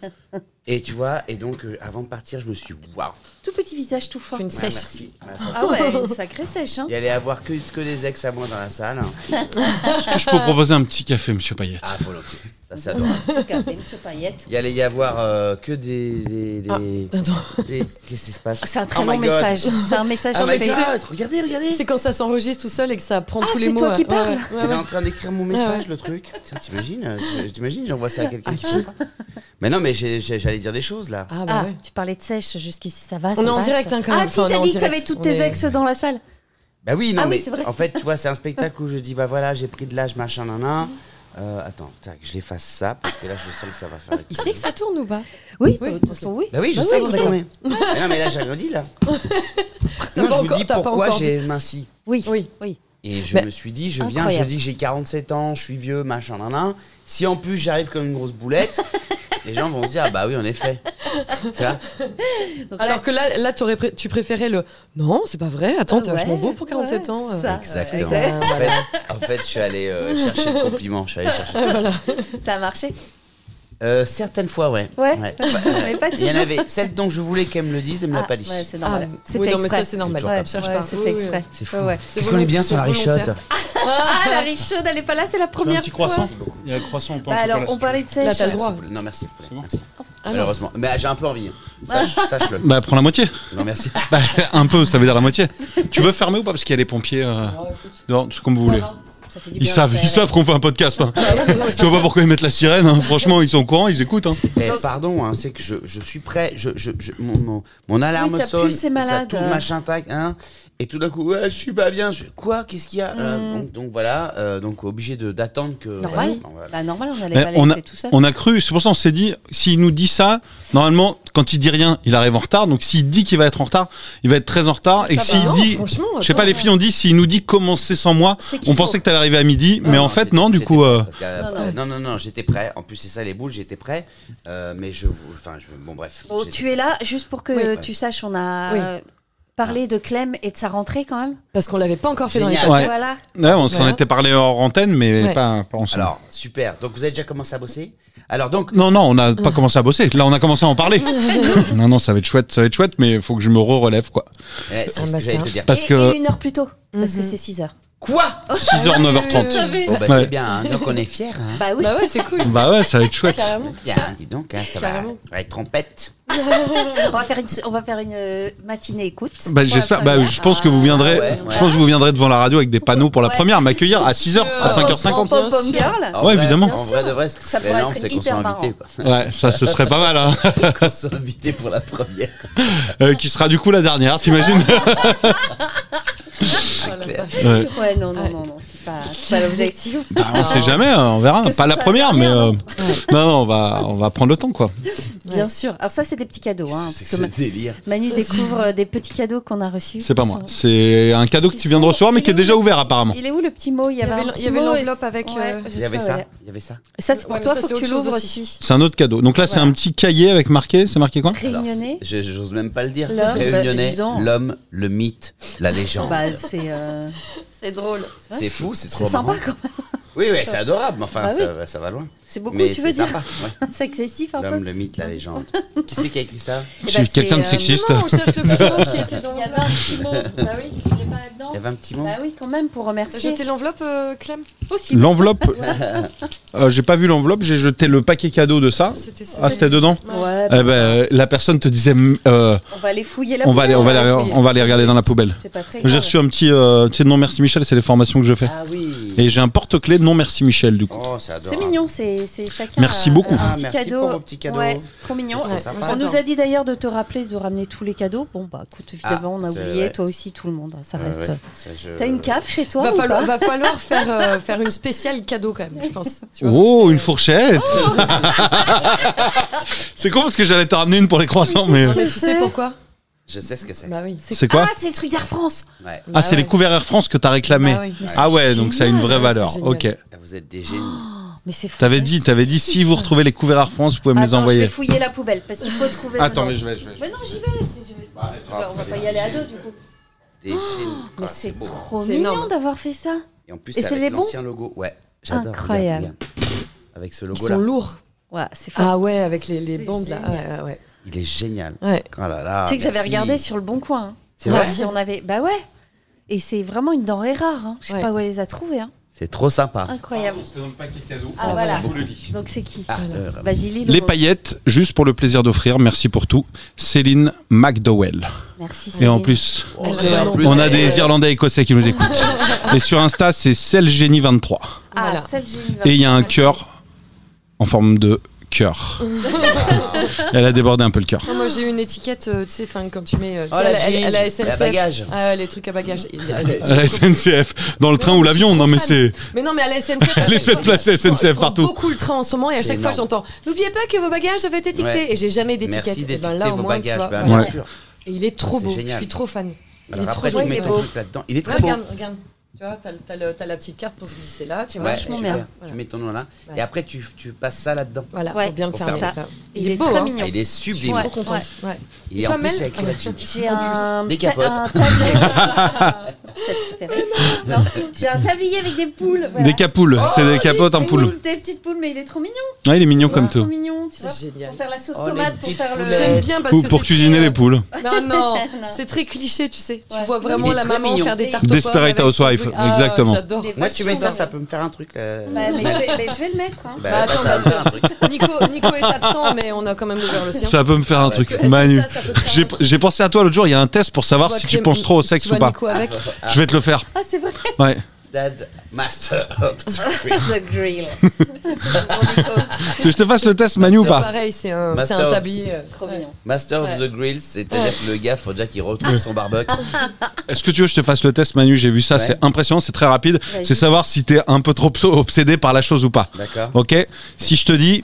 Speaker 5: Et tu vois, et donc euh, avant de partir, je me suis dit, waouh,
Speaker 2: Tout petit visage tout fin.
Speaker 3: Fais une
Speaker 5: Ouais,
Speaker 3: Sèche.
Speaker 5: merci. Ouais, ça-
Speaker 2: Ah ouais, une sacrée sèche. Hein.
Speaker 5: Il y allait avoir que, que des ex à moi dans la salle. hein.
Speaker 1: Est-ce que je peux proposer un petit café, monsieur Payette
Speaker 5: Ah, volontiers. Ça, c'est adorable.
Speaker 2: En tout cas, t'as une petite paillette.
Speaker 5: Il y allait y avoir euh, que des. des, des-
Speaker 3: Attends.
Speaker 5: des- Qu'est-ce qui se passe
Speaker 2: Ah. C'est un très
Speaker 5: Oh my
Speaker 2: long
Speaker 5: God.
Speaker 2: message. C'est un message
Speaker 5: Ah,
Speaker 2: en
Speaker 5: my
Speaker 2: fait.
Speaker 5: God, regardez, regardez.
Speaker 3: C'est quand ça s'enregistre tout seul et que ça prend
Speaker 2: Ah,
Speaker 3: tous les
Speaker 2: c'est
Speaker 3: mots.
Speaker 2: toi
Speaker 3: hein.
Speaker 2: qui
Speaker 3: Ouais,
Speaker 2: parles.
Speaker 3: ouais,
Speaker 5: Il est
Speaker 3: ouais.
Speaker 5: en train d'écrire
Speaker 3: Ah
Speaker 5: mon message, le truc. Tiens, t'imagines euh, je- je T'imagines, j'envoie ça à quelqu'un qui sait pas. Mais non, mais j'ai- j'ai- j'allais dire des choses là.
Speaker 3: Ah bah
Speaker 2: Ah,
Speaker 3: ouais.
Speaker 2: tu parlais de sèche jusqu'ici, ça va
Speaker 3: On est
Speaker 2: ça
Speaker 3: en
Speaker 2: passe.
Speaker 3: direct, hein, quand
Speaker 2: Ah,
Speaker 3: même.
Speaker 2: si,
Speaker 3: Enfin, on est
Speaker 2: t'as
Speaker 3: en
Speaker 2: dit que
Speaker 3: direct.
Speaker 2: t'avais toutes
Speaker 3: On
Speaker 2: tes
Speaker 3: est-
Speaker 2: ex dans la salle.
Speaker 5: Bah oui, non,
Speaker 2: Ah oui,
Speaker 5: mais
Speaker 2: c'est vrai.
Speaker 5: en fait, tu vois, c'est un spectacle où je dis, bah voilà, j'ai pris de l'âge, machin, nanan. Euh, attends, tac, je l'efface ça parce que là, je sens que ça va faire.
Speaker 3: Il sait que ça tourne ou pas
Speaker 2: Oui,
Speaker 3: Oui,
Speaker 2: de toute façon, oui.
Speaker 5: Bah oui, je sais que ça
Speaker 2: d'accord.
Speaker 5: tournait. Mais non, mais là, j'ai rien dit là. Non,
Speaker 3: pas
Speaker 5: je vous
Speaker 3: encore-
Speaker 5: dis
Speaker 3: t'as pas
Speaker 5: pourquoi
Speaker 3: encore
Speaker 5: j'ai minci.
Speaker 2: Oui, oui.
Speaker 3: Oui.
Speaker 5: Et je
Speaker 3: Mais-
Speaker 5: me suis dit, je viens,
Speaker 2: Incroyable.
Speaker 5: je dis, j'ai 47 ans, je suis vieux, machin, nanan. Si en plus, j'arrive comme une grosse boulette, les gens vont se dire, ah bah oui, en effet. Tu vois
Speaker 2: Donc là,
Speaker 3: Alors que là, là t'aurais pré- tu préférais le. Non, c'est pas vrai. Attends, t'es
Speaker 2: ouais,
Speaker 3: vachement beau pour 47
Speaker 2: ouais,
Speaker 3: ans. euh.
Speaker 2: ça.
Speaker 5: Exactement.
Speaker 2: Ouais,
Speaker 5: En fait, en fait, je suis allé euh, chercher le compliment. Je suis allé chercher.
Speaker 2: ça a marché.
Speaker 5: Euh, certaines fois, ouais.
Speaker 2: Ouais. Mais pas
Speaker 5: Il y en
Speaker 2: toujours.
Speaker 5: avait celle dont je voulais qu'elle me le dise, elle me l'a
Speaker 2: Ah,
Speaker 5: pas dit.
Speaker 2: ouais, c'est
Speaker 3: Ah,
Speaker 2: normal. c'est
Speaker 3: oui,
Speaker 2: fait
Speaker 3: non, mais
Speaker 2: exprès.
Speaker 3: ça, c'est normal.
Speaker 5: Ouais,
Speaker 3: Cherche
Speaker 2: Ouais,
Speaker 3: pas.
Speaker 2: c'est
Speaker 3: Oui,
Speaker 2: fait
Speaker 3: oui.
Speaker 2: exprès.
Speaker 5: C'est fou.
Speaker 2: Ouais, ouais.
Speaker 5: Qu'est-ce qu'on est bien sur la richotte.
Speaker 2: Ah, la richaude, elle est pas là, c'est la première fois.
Speaker 5: beaucoup.
Speaker 1: Il y a un croissant au pain
Speaker 2: Bah
Speaker 1: au
Speaker 2: alors,
Speaker 1: chocolat,
Speaker 2: on
Speaker 1: si tu
Speaker 2: parlait
Speaker 1: veux.
Speaker 2: de sèche.
Speaker 3: Là, t'as le
Speaker 5: Merci,
Speaker 3: droit.
Speaker 5: poulet. Ah, Non, merci. poulet, Merci.
Speaker 3: non.
Speaker 5: Malheureusement. Mais j'ai un peu envie. hein. Sache-
Speaker 2: Ah.
Speaker 5: Sache-le.
Speaker 1: Bah, prends la moitié.
Speaker 5: Non, merci.
Speaker 1: Bah, un peu, ça veut dire la moitié. Tu veux fermer ou pas Parce qu'il y a les pompiers. euh, dehors, c'est comme vous voulez.
Speaker 2: Ça fait du
Speaker 1: Ils
Speaker 2: bien Ah de
Speaker 1: savent,
Speaker 2: faire
Speaker 1: ils
Speaker 2: rire.
Speaker 1: savent qu'on fait un podcast. Hein.
Speaker 3: Ouais,
Speaker 1: Je vois pas pourquoi ils mettent la sirène. hein. Franchement, ils sont au courant, ils écoutent. hein.
Speaker 5: Eh,
Speaker 2: Non, c'est-
Speaker 5: pardon, hein, c'est que je, je suis prêt. Je, je, je- mon, mon, mon alarme
Speaker 2: Oui, ta
Speaker 5: sonne.
Speaker 2: puce est malade.
Speaker 5: Ça tourne, machin, tac, hein, et tout d'un coup, ouais, je suis pas bien. Je, fais, quoi Qu'est-ce qu'il y a Euh, donc, donc voilà, euh, donc obligé de- d'attendre que.
Speaker 2: Normal.
Speaker 5: Voilà, voilà.
Speaker 2: Bah, normal, on
Speaker 1: Mais
Speaker 2: n'allait pas
Speaker 1: on, a,
Speaker 2: laisser tout seul.
Speaker 1: on a cru, c'est pour ça qu'on s'est dit, s'il nous dit ça, normalement, quand il dit rien, il arrive en retard. Donc s'il dit qu'il va être en retard, il va être très en retard. Et que
Speaker 3: bah
Speaker 1: s'il
Speaker 3: non,
Speaker 1: dit,
Speaker 3: franchement,
Speaker 1: je sais pas,
Speaker 3: attends.
Speaker 1: les filles ont dit, s'il nous dit commencez sans moi,
Speaker 2: C'est qu'il
Speaker 1: on
Speaker 2: faut.
Speaker 1: pensait que t'allais arriver à midi, mais en fait,
Speaker 5: j'étais-
Speaker 1: non, du
Speaker 5: j'étais
Speaker 1: coup,
Speaker 5: prêt,
Speaker 1: euh,
Speaker 5: parce que,
Speaker 2: Non,
Speaker 5: euh, non, non, non, j'étais prêt. En plus, c'est ça les boules, j'étais prêt. Euh, mais je, vous- enfin, je, bon, bref.
Speaker 2: Bon,
Speaker 5: j'étais-
Speaker 2: Oh, tu es là, juste pour que
Speaker 3: Oui.
Speaker 2: euh, tu saches, on a
Speaker 3: Oui.
Speaker 2: euh, parlé de Clem et de sa rentrée quand même.
Speaker 3: Parce qu'on l'avait pas encore fait
Speaker 5: Génial.
Speaker 3: dans
Speaker 1: Ouais.
Speaker 3: les podcasts.
Speaker 2: Voilà.
Speaker 1: ouais, on s'en
Speaker 3: Voilà.
Speaker 1: était parlé hors antenne, mais
Speaker 3: Ouais.
Speaker 1: pas, pas ensemble.
Speaker 5: Alors super. Donc vous avez déjà commencé à bosser. Alors donc,
Speaker 1: Non, non, on n'a pas commencé à bosser. Là, on a commencé à en parler. non, non, ça va être chouette, ça va être chouette, mais il faut que je me re-relève, quoi.
Speaker 5: eh, c'est
Speaker 3: Ah,
Speaker 5: ce
Speaker 3: bah,
Speaker 5: que j'allais
Speaker 3: ça.
Speaker 5: te dire.
Speaker 1: Parce
Speaker 2: et,
Speaker 1: que
Speaker 2: et une heure plus tôt, parce que
Speaker 3: Mhm.
Speaker 2: c'est 6 heures.
Speaker 5: Quoi
Speaker 1: 6h, 9h30.
Speaker 2: savais.
Speaker 5: Bon, bah,
Speaker 1: Ouais.
Speaker 5: c'est bien. hein. Donc on est fiers. Hein.
Speaker 2: Bah oui.
Speaker 3: Bah ouais, c'est cool.
Speaker 1: Bah ouais, ça va être chouette.
Speaker 3: Carrément.
Speaker 5: Bien, dis donc, hein, ça va,
Speaker 3: Carrément.
Speaker 5: va être trompette.
Speaker 2: on, va faire une, on va faire une euh, matinée écoute.
Speaker 1: Bah,
Speaker 2: Pour la
Speaker 1: j'espère. Bah,
Speaker 2: première.
Speaker 1: je pense que vous viendrez.
Speaker 5: ouais,
Speaker 1: Je pense que vous viendrez devant la radio avec des panneaux pour la
Speaker 2: Ouais.
Speaker 1: première, m'accueillir à 6h, à
Speaker 2: Ah,
Speaker 3: sûr.
Speaker 1: 5h50.
Speaker 2: pom- pom- pom-
Speaker 3: Bien
Speaker 2: girl.
Speaker 5: En
Speaker 1: Ouais,
Speaker 5: vrai,
Speaker 1: évidemment.
Speaker 5: En vrai, de vrai, ce qui
Speaker 2: bah, Ça
Speaker 5: serait
Speaker 2: pourrait
Speaker 5: énorme,
Speaker 2: être
Speaker 5: c'est qu'on
Speaker 2: hyper
Speaker 5: soit
Speaker 2: marrant.
Speaker 5: invité. quoi.
Speaker 1: Ouais, ça, ce serait pas mal, hein.
Speaker 5: Qu'on soit invité pour la première,
Speaker 1: Euh, qui sera du coup la dernière, t'imagines
Speaker 5: c'est clair.
Speaker 1: Ouais.
Speaker 2: Ouais, non, non, non, non, c'est pas, c'est pas l'objectif.
Speaker 1: Bah, on sait jamais, hein, on verra.
Speaker 2: Que ce
Speaker 1: Pas la
Speaker 2: soit la
Speaker 1: première, mais.
Speaker 2: dernière,
Speaker 1: euh, Non, non, on va, on va prendre le temps, quoi.
Speaker 2: Bien sûr. Alors ça, c'est des petits cadeaux. Hein,
Speaker 5: C'est
Speaker 2: parce
Speaker 5: ce
Speaker 2: que Ma-
Speaker 5: délire.
Speaker 2: Manu découvre euh, des petits cadeaux qu'on a reçus.
Speaker 1: C'est pas
Speaker 2: Ils
Speaker 1: moi.
Speaker 2: sont-
Speaker 1: C'est un cadeau que
Speaker 2: Ils
Speaker 1: tu viens de
Speaker 2: sont-
Speaker 1: recevoir, mais
Speaker 2: il
Speaker 1: qui est
Speaker 2: est
Speaker 1: déjà
Speaker 2: où
Speaker 1: ouvert, apparemment.
Speaker 2: Il est où le petit mot Il y avait,
Speaker 3: avait
Speaker 2: un
Speaker 3: l'en-
Speaker 2: petit
Speaker 3: il y avait
Speaker 2: mot et-
Speaker 3: l'enveloppe avec,
Speaker 2: Ouais,
Speaker 3: euh,
Speaker 2: je
Speaker 5: Il y avait
Speaker 2: sais,
Speaker 5: ça.
Speaker 2: ouais.
Speaker 5: Il y avait ça.
Speaker 2: Ça, c'est pour
Speaker 3: Ouais,
Speaker 2: toi,
Speaker 3: mais
Speaker 2: faut
Speaker 3: ça, c'est
Speaker 2: que tu
Speaker 3: autre chose
Speaker 2: l'ouvres
Speaker 3: aussi.
Speaker 2: aussi.
Speaker 1: C'est un autre cadeau. Donc là, c'est
Speaker 2: Voilà. Eh
Speaker 1: un petit cahier avec marqué. C'est marqué quoi
Speaker 5: Alors,
Speaker 2: Réunionnais.
Speaker 5: c'est- je- J'ose même pas le dire.
Speaker 2: L'homme, bah,
Speaker 5: Réunionnais,
Speaker 2: dis donc.
Speaker 5: l'homme, le mythe, la légende.
Speaker 2: Bah, c'est. euh,
Speaker 3: C'est drôle.
Speaker 5: c'est fou, c'est trop
Speaker 2: C'est sympa
Speaker 5: marrant.
Speaker 2: quand même.
Speaker 5: Oui, oui, c'est adorable, mais enfin,
Speaker 2: Bah
Speaker 5: ça, va- ça va loin.
Speaker 2: C'est beaucoup,
Speaker 5: mais
Speaker 2: tu veux
Speaker 5: c'est
Speaker 2: dire.
Speaker 5: sympa, ouais.
Speaker 2: C'est excessif un peu.
Speaker 5: L'homme, le mythe, la légende. qui c'est qui a écrit ça
Speaker 2: Eh ben,
Speaker 1: C'est quelqu'un de
Speaker 2: euh,
Speaker 1: sexiste.
Speaker 3: Non, on cherche le petit mot qui était dans
Speaker 2: Il y avait
Speaker 3: l'enveloppe.
Speaker 2: un petit mot. Bah oui, il est pas là-dedans.
Speaker 5: Il y avait un petit mot.
Speaker 2: Bah oui, quand même, pour remercier.
Speaker 3: Jeter l'enveloppe, euh, Clem
Speaker 2: possible.
Speaker 1: L'enveloppe. Euh, j'ai pas vu l'enveloppe, j'ai jeté le paquet cadeau de ça.
Speaker 3: C'était ça.
Speaker 1: Ah, c'était dedans
Speaker 2: Ouais,
Speaker 1: Eh ben, euh, la personne te disait, mm, euh,
Speaker 2: on va aller fouiller là.
Speaker 1: on va aller, on va aller,
Speaker 3: fouiller.
Speaker 1: on va aller regarder dans la poubelle.
Speaker 2: C'est pas très grave.
Speaker 1: J'ai reçu un petit, euh, tu sais, non merci Michel, c'est les formations que je fais.
Speaker 5: Ah oui.
Speaker 1: Et j'ai un porte-clés non merci Michel, du coup.
Speaker 5: Oh, c'est adorable.
Speaker 2: C'est mignon, c'est c'est chacun.
Speaker 1: Merci
Speaker 2: a-
Speaker 1: beaucoup.
Speaker 2: a Un
Speaker 5: Ah,
Speaker 2: petit
Speaker 5: merci
Speaker 2: cadeau.
Speaker 5: pour vos petits cadeaux.
Speaker 2: Ouais, trop mignon.
Speaker 5: trop
Speaker 3: Ouais,
Speaker 5: sympa.
Speaker 3: moi,
Speaker 2: On
Speaker 3: j'adore.
Speaker 2: nous a dit d'ailleurs de te rappeler de ramener tous les cadeaux. Bon, bah écoute, évidemment,
Speaker 5: Ah,
Speaker 2: on a
Speaker 5: c'est
Speaker 2: oublié,
Speaker 5: vrai.
Speaker 2: toi aussi, tout le monde. hein, Ça
Speaker 5: Ouais,
Speaker 2: reste.
Speaker 5: ouais, ça, je-
Speaker 2: T'as une cave chez toi
Speaker 3: Va
Speaker 2: ou
Speaker 3: falloir,
Speaker 2: pas
Speaker 3: va falloir faire, euh, faire une spéciale cadeau quand même, je pense. Tu vois.
Speaker 1: Oh, une fourchette C'est con parce que j'allais te ramener une pour les croissants, mais.
Speaker 3: Non, mais
Speaker 2: Je
Speaker 3: tu
Speaker 2: sais.
Speaker 3: sais pourquoi
Speaker 5: Je sais ce que c'est.
Speaker 3: Bah oui.
Speaker 1: C'est quoi
Speaker 2: Ah, c'est le truc d'Air France
Speaker 5: Ouais.
Speaker 1: Ah, c'est
Speaker 3: ouais.
Speaker 1: les couverts Air France que t'as réclamé.
Speaker 3: Bah oui. Mais
Speaker 1: Ah
Speaker 3: c'est
Speaker 1: ouais, donc ça a une
Speaker 3: génial,
Speaker 1: vraie
Speaker 3: ouais,
Speaker 1: valeur.
Speaker 3: c'est génial.
Speaker 1: Ok.
Speaker 5: Vous êtes des génies.
Speaker 2: Mais c'est fou.
Speaker 1: T'avais dit, t'avais dit, si vous retrouvez les couverts Air France, vous pouvez me les
Speaker 2: Attends, je vais
Speaker 1: envoyer.
Speaker 2: fouiller la poubelle parce qu'il faut trouver.
Speaker 1: Attends,
Speaker 2: dedans.
Speaker 1: mais je vais, je vais. je vais.
Speaker 2: Mais non, j'y vais. je vais- On va
Speaker 5: vous
Speaker 2: pas
Speaker 5: êtes
Speaker 2: y aller à
Speaker 5: des
Speaker 2: deux
Speaker 5: génies.
Speaker 2: du coup.
Speaker 5: Des génies.
Speaker 2: Oh, Mais
Speaker 5: Ah,
Speaker 2: c'est
Speaker 5: beau.
Speaker 2: trop
Speaker 3: C'est
Speaker 2: mignon
Speaker 3: énorme.
Speaker 2: d'avoir fait ça.
Speaker 5: Et en plus,
Speaker 2: Et
Speaker 5: c'est
Speaker 2: c'est les
Speaker 5: avec
Speaker 2: bons
Speaker 5: l'ancien logo. Ouais, j'adore. regarde,
Speaker 2: Incroyable.
Speaker 5: regarde. Avec ce
Speaker 3: Ils
Speaker 5: logo-là.
Speaker 3: sont lourds.
Speaker 2: Ouais, c'est fou.
Speaker 3: Ah ouais, avec les, les
Speaker 2: C'est
Speaker 3: bandes là. Ouais, ouais, ouais.
Speaker 5: Il est génial.
Speaker 3: Ouais.
Speaker 5: Oh là
Speaker 1: Ah,
Speaker 5: là.
Speaker 2: tu sais que j'avais
Speaker 5: merci.
Speaker 2: regardé sur le bon coin. hein,
Speaker 5: C'est vrai
Speaker 2: si on avait. Bah ouais. Et c'est vraiment une denrée rare. hein. Je sais
Speaker 3: Ouais.
Speaker 2: pas où elle les a trouvés. hein.
Speaker 5: C'est trop sympa.
Speaker 2: Incroyable.
Speaker 1: C'était dans le paquet cadeau.
Speaker 2: Ah, voilà.
Speaker 5: beaucoup.
Speaker 2: Donc c'est qui
Speaker 5: Ah,
Speaker 3: Voilà.
Speaker 5: euh,
Speaker 2: Vas-y, lis le
Speaker 1: Les
Speaker 2: mot.
Speaker 1: paillettes, juste pour le plaisir d'offrir, merci pour tout. Céline McDowell.
Speaker 2: Merci.
Speaker 1: Et en
Speaker 2: Céline.
Speaker 1: plus,
Speaker 3: Elle
Speaker 5: Et
Speaker 3: a
Speaker 5: en
Speaker 3: un
Speaker 5: plus,
Speaker 3: nom.
Speaker 1: on a
Speaker 5: elle-
Speaker 1: des Irlandais et Écossais qui nous écoutent. et sur Insta, c'est Celgenie23.
Speaker 2: Ah,
Speaker 3: Voilà.
Speaker 2: celle j'ai mis
Speaker 1: Et il y a un
Speaker 2: vingt-cinq.
Speaker 1: cœur en forme de cœur. Elle a débordé un peu le cœur.
Speaker 3: Ah, moi j'ai eu une étiquette, euh, tu sais, enfin, quand tu mets. euh, tu
Speaker 5: Oh,
Speaker 3: sais,
Speaker 5: la
Speaker 3: elle, elle- elle a
Speaker 5: jean,
Speaker 3: SNCF.
Speaker 5: la bagage.
Speaker 3: Ah, ouais, les trucs à bagages. Il y a-
Speaker 1: À la SNCF, dans le train ou l'avion, non mais c'est.
Speaker 3: Mais non, mais à la SNCF. à
Speaker 1: Elle
Speaker 3: chaque
Speaker 1: essaie de
Speaker 3: fois-
Speaker 1: placer
Speaker 3: Je prends- je
Speaker 1: SNCF
Speaker 3: prends
Speaker 1: partout.
Speaker 3: beaucoup le train en ce moment et à
Speaker 5: C'est
Speaker 3: chaque fois
Speaker 5: énorme.
Speaker 3: j'entends N'oubliez pas que vos bagages avaient été étiquetés
Speaker 5: Ouais.
Speaker 3: et j'ai jamais d'étiquette.
Speaker 5: Merci
Speaker 3: Et ben,
Speaker 5: d'étiqueter
Speaker 3: là, au
Speaker 5: vos
Speaker 3: moins, tu
Speaker 5: bagages.
Speaker 3: vois,
Speaker 5: Bah,
Speaker 3: voilà.
Speaker 5: Bien
Speaker 1: Ouais.
Speaker 5: sûr.
Speaker 3: Et il est trop
Speaker 5: C'est
Speaker 3: beau, je
Speaker 5: génial.
Speaker 3: suis trop fan. Il
Speaker 5: Alors
Speaker 3: est trop
Speaker 5: après,
Speaker 3: joli.
Speaker 5: tu
Speaker 2: joli, il
Speaker 5: mets
Speaker 2: est
Speaker 5: ton
Speaker 2: beau.
Speaker 5: truc là-dedans. Il est
Speaker 3: Ouais,
Speaker 5: très beau.
Speaker 3: regarde, regarde. Tu vois, t'as, le- t'as le- t'as la petite carte pour se glisser là, tu vois.
Speaker 5: Ouais,
Speaker 2: Vachement
Speaker 5: super.
Speaker 2: bien.
Speaker 5: Tu
Speaker 3: Voilà.
Speaker 5: mets ton nom là. Et
Speaker 3: Ouais.
Speaker 5: après, tu, tu passes ça là-dedans.
Speaker 3: Voilà,
Speaker 2: Ouais,
Speaker 3: pour bien le
Speaker 5: pour
Speaker 3: faire. ça.
Speaker 5: faire
Speaker 2: ça.
Speaker 3: Il, est, beau,
Speaker 2: très
Speaker 3: hein.
Speaker 2: mignon.
Speaker 5: Il est
Speaker 3: Je suis
Speaker 5: sublime.
Speaker 2: Ouais.
Speaker 3: trop contente. Ouais.
Speaker 5: Et,
Speaker 3: Et
Speaker 5: en
Speaker 3: toi,
Speaker 5: plus,
Speaker 3: Mel
Speaker 5: c'est avec la jean.
Speaker 2: J'ai un,
Speaker 5: Des
Speaker 2: ta-
Speaker 5: capotes.
Speaker 2: un tablier. Préféré. Non, J'ai un tablier avec des poules. voilà.
Speaker 1: Des capoules,
Speaker 3: Oh,
Speaker 1: c'est des capotes en
Speaker 2: Avec
Speaker 1: poule.
Speaker 2: Des petites poules, mais il est trop mignon.
Speaker 1: Ouais, il est mignon comme
Speaker 2: Trop
Speaker 1: tout.
Speaker 2: mignon, tu vois.
Speaker 3: C'est génial.
Speaker 2: Pour faire la sauce
Speaker 5: Oh, les
Speaker 2: tomate, pour
Speaker 5: petites
Speaker 2: faire le.
Speaker 5: poulettes.
Speaker 3: J'aime bien parce
Speaker 1: Ou
Speaker 3: que
Speaker 1: pour
Speaker 3: c'est
Speaker 1: cuisiner
Speaker 3: très,
Speaker 1: les poules.
Speaker 3: euh, Non, non,
Speaker 2: Non.
Speaker 3: c'est très cliché, tu sais.
Speaker 2: Ouais.
Speaker 3: Tu vois
Speaker 5: Il
Speaker 3: vraiment
Speaker 5: est
Speaker 3: la
Speaker 5: très
Speaker 3: maman
Speaker 5: mignon.
Speaker 3: faire des tartes aux pommes
Speaker 1: Desperate
Speaker 3: avec son
Speaker 1: Housewife,
Speaker 3: truc. Ah, ouais,
Speaker 1: exactement.
Speaker 3: J'adore.
Speaker 2: Des
Speaker 5: Moi, tu mets ça,
Speaker 2: vachement
Speaker 5: ça peut me faire un truc là.
Speaker 2: Bah, mais je, vais, mais je vais le mettre. hein.
Speaker 5: Bah,
Speaker 3: attends,
Speaker 5: ça va
Speaker 3: parce
Speaker 5: faire un truc.
Speaker 3: Nico, Nico est absent, mais on a quand même ouvert le sien.
Speaker 1: Ça peut me faire un truc.
Speaker 3: que- est-ce que
Speaker 1: Manu,
Speaker 3: ça, ça peut te faire
Speaker 1: j'ai-
Speaker 3: un truc
Speaker 1: j'ai pensé à toi l'autre jour, il y a un test pour savoir
Speaker 3: vois
Speaker 1: si
Speaker 3: que
Speaker 1: tu
Speaker 3: t'aimes-
Speaker 1: penses trop au
Speaker 3: si
Speaker 1: sexe
Speaker 3: tu
Speaker 1: ou pas.
Speaker 3: vois Nico avec.
Speaker 1: Je vais te le faire.
Speaker 2: Ah, c'est vrai.
Speaker 1: Ouais.
Speaker 5: Dad Master of the
Speaker 2: The
Speaker 5: Grill.
Speaker 2: grill. C'est bon, Nico.
Speaker 1: Tu veux que je te fasse le test, Manu ou
Speaker 3: C'est
Speaker 1: pas
Speaker 3: Pareil, c'est un, c'est
Speaker 5: Master
Speaker 3: un
Speaker 5: of-
Speaker 3: tablier. euh,
Speaker 2: Trop mignon.
Speaker 5: Master
Speaker 2: Ouais.
Speaker 5: of the Grill, c'est-à-dire que le gars, faut déjà qu'il retrouve son barbecue.
Speaker 1: Est-ce que tu veux que je te fasse le test, Manu J'ai vu ça,
Speaker 5: Ouais.
Speaker 1: c'est impressionnant, c'est très rapide.
Speaker 2: Vas-y.
Speaker 1: C'est savoir si t'es un peu trop obs- obsédé par la chose ou pas.
Speaker 5: D'accord.
Speaker 1: Ok Si je te dis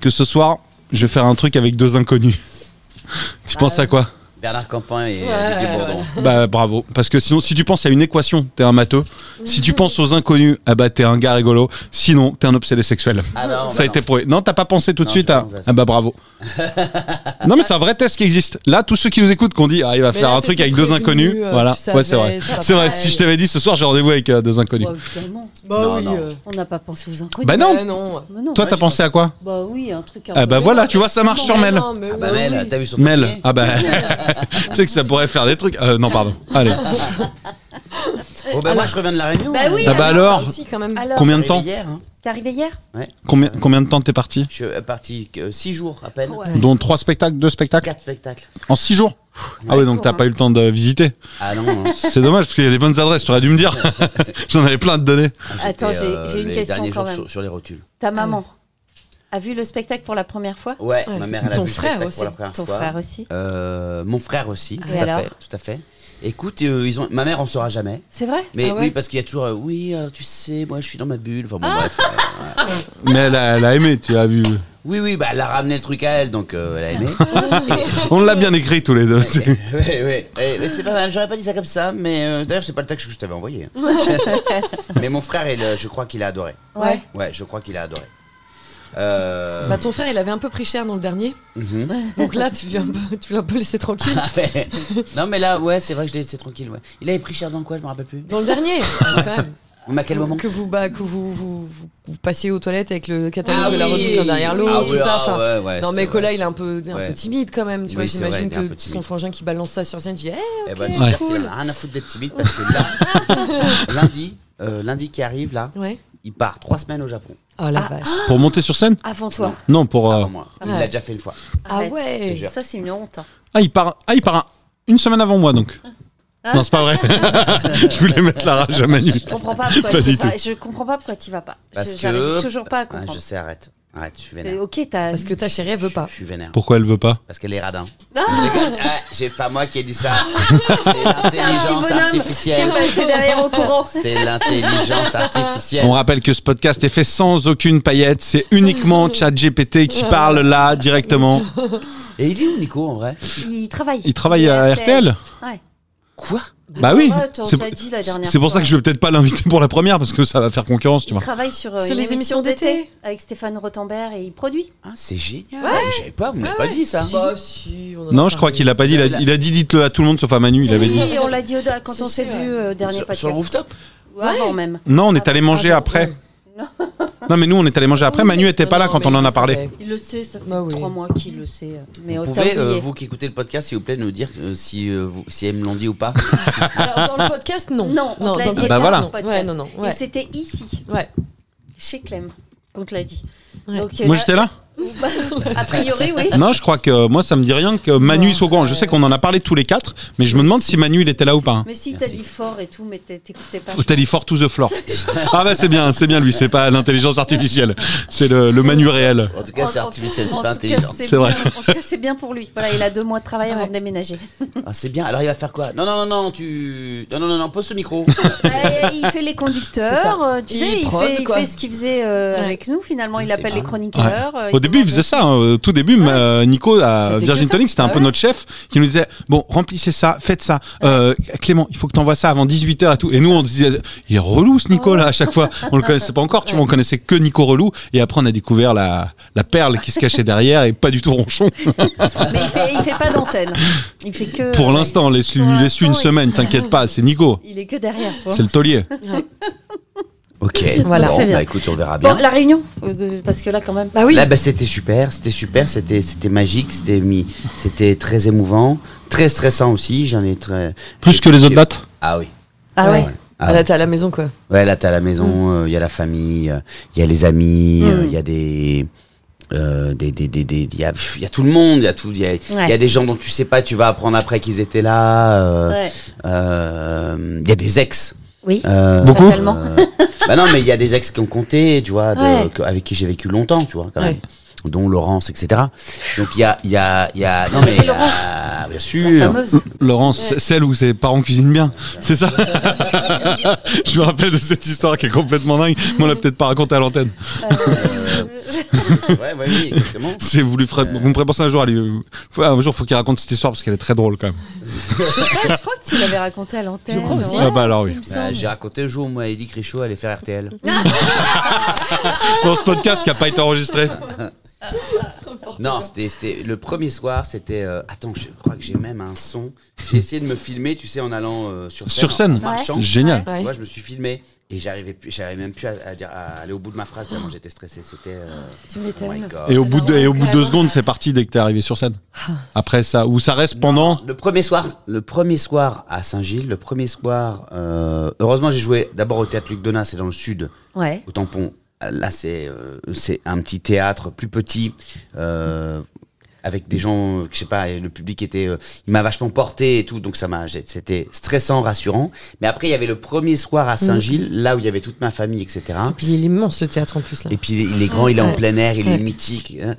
Speaker 1: que ce soir, je vais faire un truc avec deux inconnus, tu
Speaker 3: Ah.
Speaker 1: penses à quoi
Speaker 5: Bernard Campan et euh,
Speaker 3: Ouais,
Speaker 5: Didier
Speaker 3: ouais.
Speaker 5: Bourdon.
Speaker 1: Bah bravo, parce que sinon si tu penses à une équation, t'es un matheux. Si tu penses aux inconnus, ah bah t'es un gars rigolo. Sinon, t'es un obsédé sexuel.
Speaker 5: Ah non,
Speaker 1: ça
Speaker 5: bah
Speaker 1: a été prouvé. Non, t'as pas pensé tout de
Speaker 5: Non,
Speaker 1: suite
Speaker 5: j'ai pas
Speaker 1: à...
Speaker 5: pensé à ça.
Speaker 1: Ah bah bravo. non mais c'est un vrai test qui existe. Là, tous ceux qui nous écoutent, qu'on dit ah il va
Speaker 3: Mais
Speaker 1: faire
Speaker 3: là,
Speaker 1: un truc
Speaker 3: t'étais
Speaker 1: avec deux
Speaker 3: prévenu,
Speaker 1: inconnus,
Speaker 3: euh,
Speaker 1: voilà.
Speaker 3: tu
Speaker 1: ouais c'est
Speaker 3: savais,
Speaker 1: vrai.
Speaker 3: c'est pas
Speaker 1: C'est vrai.
Speaker 3: pareil.
Speaker 1: Si je t'avais dit ce soir j'ai rendez-vous avec euh, deux inconnus.
Speaker 2: Bah, évidemment.
Speaker 3: Bah
Speaker 5: Non,
Speaker 3: oui.
Speaker 5: non.
Speaker 3: euh,
Speaker 2: On n'a pas pensé aux inconnus.
Speaker 1: Bah non.
Speaker 3: bah non.
Speaker 2: Mais non.
Speaker 1: Toi t'as pensé à quoi
Speaker 2: Bah oui, un truc. Un
Speaker 1: Ah
Speaker 2: peu-
Speaker 1: bah
Speaker 2: Mais
Speaker 1: voilà,
Speaker 2: non,
Speaker 1: tu vois ça marche sur
Speaker 3: Mais
Speaker 1: Mel.
Speaker 3: non, mais
Speaker 5: Ah bah
Speaker 3: oui,
Speaker 5: Mel,
Speaker 3: oui.
Speaker 5: t'as vu son
Speaker 1: Mel,
Speaker 5: premier
Speaker 1: ah bah tu sais que ça pourrait faire des trucs. Euh, non pardon. Allez.
Speaker 5: Oh bah moi je reviens de la Réunion.
Speaker 2: Bah oui.
Speaker 1: Ah bah
Speaker 2: alors,
Speaker 1: alors,
Speaker 3: Ça aussi, quand même.
Speaker 2: alors,
Speaker 1: combien de temps
Speaker 5: Hier, hein.
Speaker 2: T'es arrivé hier
Speaker 1: Combien combien de temps t'es parti
Speaker 5: je suis parti 6 jours à peine.
Speaker 2: Ouais.
Speaker 1: Dont trois spectacles, deux spectacles
Speaker 5: 4 spectacles.
Speaker 1: en six jours. Ah ouais donc
Speaker 2: court,
Speaker 1: t'as
Speaker 2: hein.
Speaker 1: pas eu le temps de visiter.
Speaker 5: Ah non, hein.
Speaker 1: C'est dommage parce qu'il y a les bonnes adresses. T'aurais dû me dire. J'en avais plein à te donner.
Speaker 2: Attends,
Speaker 5: J'étais,
Speaker 2: j'ai-
Speaker 5: euh,
Speaker 2: j'ai une
Speaker 5: les
Speaker 2: question
Speaker 5: derniers
Speaker 2: quand
Speaker 5: jours
Speaker 2: même.
Speaker 5: Sur, Ah. sur les rotules.
Speaker 2: Ta maman a vu le spectacle pour la première fois
Speaker 5: Ouais,
Speaker 3: Ouais.
Speaker 5: ma mère elle a
Speaker 3: Ton
Speaker 5: vu le
Speaker 3: frère
Speaker 5: spectacle
Speaker 3: aussi.
Speaker 5: Pour la première
Speaker 2: Ton
Speaker 5: fois.
Speaker 2: frère aussi Ah
Speaker 5: Euh, mon frère aussi, tout, à
Speaker 2: alors
Speaker 5: fait, tout à fait. Écoute, euh, ils ont... ma mère en saura jamais.
Speaker 2: C'est vrai
Speaker 5: Mais
Speaker 3: Ah ouais
Speaker 5: oui, parce qu'il y a toujours, euh, oui, alors, tu sais, moi je suis dans ma bulle. Enfin
Speaker 2: Ah
Speaker 5: bon, bref. euh, voilà.
Speaker 1: Mais elle a, elle a aimé, tu as vu.
Speaker 5: Oui, oui, bah elle a ramené le truc à elle, donc euh, elle
Speaker 2: Ah.
Speaker 5: a aimé.
Speaker 1: On l'a bien écrit tous les deux. tu sais.
Speaker 5: ouais, ouais. Eh, mais c'est pas mal, j'aurais pas dit ça comme ça, mais euh, d'ailleurs, c'est pas le texte que je t'avais envoyé. mais mon frère, il, euh, je crois qu'il a adoré.
Speaker 2: Ouais.
Speaker 5: Ouais, je crois qu'il a adoré. Euh,
Speaker 3: Bah ton frère, il avait un peu pris cher dans le dernier.
Speaker 5: Mhm.
Speaker 3: Donc là, tu l'as un peu, tu l'as un peu laissé tranquille.
Speaker 5: ouais. non, mais là, ouais, c'est vrai que je l'ai laissé tranquille. Ouais. Il avait pris cher dans quoi Je me rappelle plus.
Speaker 3: Dans le dernier, quand même.
Speaker 5: Mais à quel moment
Speaker 3: Que vous, bah, que vous, vous, vous- vous passiez aux toilettes avec le catalogue
Speaker 5: Ah
Speaker 3: de la
Speaker 5: oui.
Speaker 3: redoute un derrière l'autre,
Speaker 5: Ah
Speaker 3: tout
Speaker 5: oui,
Speaker 3: ça.
Speaker 5: ah
Speaker 3: enfin.
Speaker 5: ouais, ouais,
Speaker 3: non, mais
Speaker 5: c'est vrai.
Speaker 3: Cola, il est un peu, un
Speaker 5: Ouais.
Speaker 3: peu timide quand même. Tu vois,
Speaker 5: Oui, c'est vrai,
Speaker 3: j'imagine
Speaker 5: il est un
Speaker 3: que
Speaker 5: peu
Speaker 3: son
Speaker 5: timide.
Speaker 3: frangin qui balance ça sur scène, je dis, Eh,
Speaker 5: Eh ben,
Speaker 3: ok,
Speaker 5: je veux dire
Speaker 3: cool.
Speaker 5: qu'il en a rien à foutre d'être timide parce que là, lundi, euh, lundi qui arrive, là,
Speaker 3: Ouais.
Speaker 5: il part trois semaines au Japon.
Speaker 3: Oh la vache.
Speaker 1: Pour monter sur scène
Speaker 2: Avant toi.
Speaker 1: Non, pour. euh,
Speaker 5: Avant moi. Il
Speaker 3: Ouais.
Speaker 5: l'a déjà fait une fois.
Speaker 3: Ah
Speaker 2: Arrête.
Speaker 5: Je te
Speaker 3: ouais.
Speaker 5: jure.
Speaker 2: Ça, c'est une honte. hein.
Speaker 1: Ah, il part, ah, il part un- une semaine avant moi donc. Non, c'est pas vrai. je voulais mettre la rage à Manu.
Speaker 2: Je comprends pas pourquoi
Speaker 1: Pas
Speaker 2: t'y
Speaker 1: du
Speaker 2: vas pas. Je comprends pas pourquoi t'y vas pas.
Speaker 5: Parce
Speaker 2: Je-
Speaker 5: que-
Speaker 2: J'arrive toujours pas à
Speaker 5: Ah, je
Speaker 2: comprendre.
Speaker 5: sais, arrête. Arrête, je suis
Speaker 2: C'est-
Speaker 5: vénère.
Speaker 2: Ok, t'as.
Speaker 3: Parce que ta chérie, elle veut pas.
Speaker 5: Je suis vénère.
Speaker 1: Pourquoi elle veut pas
Speaker 5: Parce qu'elle est radin.
Speaker 2: Ah,
Speaker 5: Ah, j'ai pas moi qui ai dit ça. C'est l'intelligence
Speaker 2: qui est
Speaker 5: artificielle.
Speaker 2: passé derrière au courant.
Speaker 5: C'est l'intelligence artificielle.
Speaker 1: On rappelle que ce podcast est fait sans aucune paillette. C'est uniquement ChatGPT qui parle là directement.
Speaker 5: Et il est où Nico en vrai
Speaker 2: Il travaille.
Speaker 1: Il travaille à RTL
Speaker 2: Ouais.
Speaker 5: Quoi
Speaker 1: Bah oui.
Speaker 2: Ouais, t'en-
Speaker 1: C'est
Speaker 2: t'as dit la dernière
Speaker 1: c'est pour ça
Speaker 2: fois.
Speaker 1: que je vais peut-être pas l'inviter pour la première parce que ça va faire concurrence, tu
Speaker 2: Il
Speaker 1: vois.
Speaker 2: travaille sur, euh,
Speaker 3: Sur
Speaker 2: une
Speaker 3: les
Speaker 2: émission
Speaker 3: émissions d'été.
Speaker 2: d'été avec Stéphane Rothenberg et il produit.
Speaker 5: ah, C'est génial. Mais Je savais pas, vous me
Speaker 2: Ah
Speaker 5: l'avez pas dit ça.
Speaker 3: Bah, si, on en a
Speaker 1: Non, je crois
Speaker 2: hein.
Speaker 3: parlé.
Speaker 1: qu'il a pas dit. Il a, il a dit dites-le à tout le monde sauf à Manu. Il avait dit.
Speaker 2: Oui, on l'a dit au quand
Speaker 3: Si,
Speaker 2: on
Speaker 3: si,
Speaker 2: s'est
Speaker 3: ouais.
Speaker 2: vu euh, dernier
Speaker 5: Sur,
Speaker 2: podcast.
Speaker 5: sur le rooftop
Speaker 2: Ou Avant même.
Speaker 1: Non, on est allé manger
Speaker 3: Avant,
Speaker 1: après.
Speaker 3: ouais.
Speaker 1: Non, mais nous, on est allé manger après. Manu était
Speaker 3: Non,
Speaker 1: pas là
Speaker 3: non,
Speaker 1: quand
Speaker 3: mais
Speaker 1: on en
Speaker 3: il
Speaker 1: a
Speaker 3: le
Speaker 1: parlé.
Speaker 3: savait.
Speaker 2: Il le sait, ça fait
Speaker 3: Bah oui.
Speaker 2: trois mois qu'il le sait. Mais
Speaker 5: Vous
Speaker 2: on t'a
Speaker 5: pouvez, euh,
Speaker 2: oublié.
Speaker 5: vous qui écoutez le podcast, s'il vous plaît, nous dire euh, si, euh, vous, si elle me l'ont dit ou pas.
Speaker 3: Alors, dans le podcast, non.
Speaker 2: Non, on te l'a
Speaker 3: dans
Speaker 2: dit
Speaker 3: le
Speaker 1: Ah bah voilà.
Speaker 3: podcast, non. Ouais, non, non.
Speaker 2: Et
Speaker 3: Ouais.
Speaker 2: c'était ici,
Speaker 3: Ouais.
Speaker 2: chez Clem, qu'on te l'a dit.
Speaker 3: Ouais.
Speaker 2: Donc, euh,
Speaker 1: Moi,
Speaker 2: là-
Speaker 1: j'étais là
Speaker 2: A priori, oui.
Speaker 1: Non, je crois que euh, moi, ça me dit rien que Manu soit au courant. Je sais qu'on en a parlé tous les quatre, mais je me demande si Manu, il était là ou pas.
Speaker 2: Mais si, t'as
Speaker 5: Merci.
Speaker 2: dit fort et tout, mais t'es- t'écoutais pas.
Speaker 1: T'as dit fort to the floor. Ah bah c'est bien, c'est bien lui, c'est pas l'intelligence artificielle, c'est le, le Manu réel.
Speaker 5: En tout cas, c'est
Speaker 2: En- en-
Speaker 5: artificiel, c'est
Speaker 2: en
Speaker 5: pas
Speaker 2: tout cas,
Speaker 5: intelligent.
Speaker 1: C'est vrai.
Speaker 2: bien- En tout cas, c'est bien pour lui. Voilà, il a deux mois de travail avant
Speaker 3: Ouais.
Speaker 2: de déménager.
Speaker 5: Ah, c'est bien. Alors il va faire quoi Non, non, non, non, tu. Non, non, non, non, pose ce micro.
Speaker 2: Euh, il fait les
Speaker 3: C'est
Speaker 2: conducteurs,
Speaker 3: ça.
Speaker 2: euh, tu
Speaker 3: Il
Speaker 2: sais, il,
Speaker 3: prod,
Speaker 2: fait, il
Speaker 3: quoi.
Speaker 2: fait ce qu'il faisait euh,
Speaker 3: Ouais.
Speaker 2: avec nous finalement. Il
Speaker 5: C'est
Speaker 2: appelle les
Speaker 5: pas-
Speaker 2: chroniqueurs. euh,
Speaker 1: Au début, il
Speaker 2: commence
Speaker 1: faisait
Speaker 2: à-
Speaker 1: ça, hein, au tout début, euh, Nico à
Speaker 3: C'était que
Speaker 1: Virgin
Speaker 3: ça.
Speaker 1: Tonic, c'était un
Speaker 3: Ah
Speaker 1: peu
Speaker 3: ouais.
Speaker 1: notre chef, qui nous disait bon remplissez ça, faites ça, Euh, Clément, il faut que t'envoies ça avant 18 h et tout. Et nous on disait il est relou ce Nico là à chaque fois, on le connaissait pas encore, tu vois, on connaissait que Nico relou, et après on a découvert la, la perle qui se cachait derrière et pas du tout ronchon.
Speaker 2: Mais il fait, il fait pas d'antenne. Il fait que.
Speaker 1: Pour l'instant, laisse-lui
Speaker 2: Pour
Speaker 1: laisse une
Speaker 2: l'instant, il-
Speaker 1: semaine, t'inquiète pas, c'est Nico,
Speaker 2: Il est que derrière. quoi.
Speaker 1: c'est le taulier.
Speaker 5: ok.
Speaker 3: Voilà.
Speaker 5: Bon,
Speaker 2: C'est bien.
Speaker 5: bah écoute, on verra bien.
Speaker 2: Bon, la réunion, euh, euh, parce que là quand même.
Speaker 3: Bah oui.
Speaker 5: Là, bah, c'était super, c'était super, c'était c'était magique, c'était mi- c'était très émouvant, très stressant aussi. J'en ai très
Speaker 1: Plus que les autres dates
Speaker 5: Ah oui.
Speaker 2: Ah ouais.
Speaker 3: Ouais.
Speaker 5: Ah
Speaker 3: là,
Speaker 5: ouais.
Speaker 3: t'es à la maison, quoi.
Speaker 5: Ouais, là t'es à la
Speaker 1: Mm.
Speaker 5: maison, euh, il y a la famille, euh, il y a les amis, euh, il y a des euh, des des des des- il y a pff, il y a tout le monde, il y a tout il y a, il y a des gens dont tu sais pas, tu vas apprendre après qu'ils étaient là. euh,
Speaker 2: Ouais.
Speaker 5: euh, il y a des ex.
Speaker 2: Oui.
Speaker 5: Euh,
Speaker 1: Beaucoup
Speaker 2: Totalement.
Speaker 5: euh, bah non, mais il y a des ex qui ont compté, tu vois, de-
Speaker 2: Ouais.
Speaker 5: que- avec qui j'ai vécu longtemps, tu vois, quand même.
Speaker 3: Ouais.
Speaker 5: Dont Laurence, etc. Donc il y a, il y a, il y a. Non mais. il y a- bien
Speaker 2: La
Speaker 5: sûr.
Speaker 2: fameuse.
Speaker 1: Hein, Laurence, celle où ses parents cuisinent bien, c'est ça Je me rappelle de cette histoire qui est complètement dingue, mais on l'a peut-être pas racontée à l'antenne.
Speaker 2: Euh.
Speaker 5: Ouais, ouais, oui, exactement.
Speaker 1: Si vous, lui ferez- vous me ferez penser un jour à lui. Faut- Un jour, faut qu'il raconte cette histoire parce qu'elle est très drôle quand même.
Speaker 2: Je crois que tu l'avais raconté à l'antenne.
Speaker 3: Je crois aussi.
Speaker 1: Ah bah alors oui.
Speaker 2: il me semble.
Speaker 5: Bah, j'ai raconté le jour où on m'avait dit que Richaud allait faire RTL.
Speaker 1: Dans ce podcast qui a pas été enregistré.
Speaker 5: Non, c'était c'était- le premier soir, c'était. euh, attends, je crois que j'ai même un son. J'ai essayé de me filmer, tu sais, en allant euh, sur scène.
Speaker 1: Sur
Speaker 5: en
Speaker 1: scène.
Speaker 5: marchant.
Speaker 1: Génial.
Speaker 5: Tu vois, je me suis filmé et j'arrivais plus, j'arrivais même plus à, à dire, à aller au bout de ma phrase tellement j'étais stressé. C'était. euh,
Speaker 2: Tu
Speaker 5: oh my
Speaker 2: m'étonnes.
Speaker 5: God.
Speaker 1: Et au bout de, et au bout de deux secondes, c'est parti dès que t'es arrivé sur scène.
Speaker 2: Ah.
Speaker 1: Après ça, ou ça reste pendant.
Speaker 5: Le premier soir, le premier soir à Saint-Gilles, le premier soir, euh, heureusement j'ai joué d'abord au théâtre Luc Donat, c'est dans le sud,
Speaker 2: Ouais.
Speaker 5: au tampon. Là c'est euh, c'est un petit théâtre plus petit. euh, avec des gens, euh, je sais pas, et le public était, euh, il m'a vachement porté et tout, donc ça m'a, j'ai- c'était stressant, rassurant. Mais après, il y avait le premier soir à Saint-Gilles, là où il y avait toute ma famille, etc.
Speaker 3: Puis il est immense ce théâtre en plus là.
Speaker 5: Et puis il est grand, il est en
Speaker 3: Ouais.
Speaker 5: plein air, il est
Speaker 3: Ouais.
Speaker 5: mythique. hein.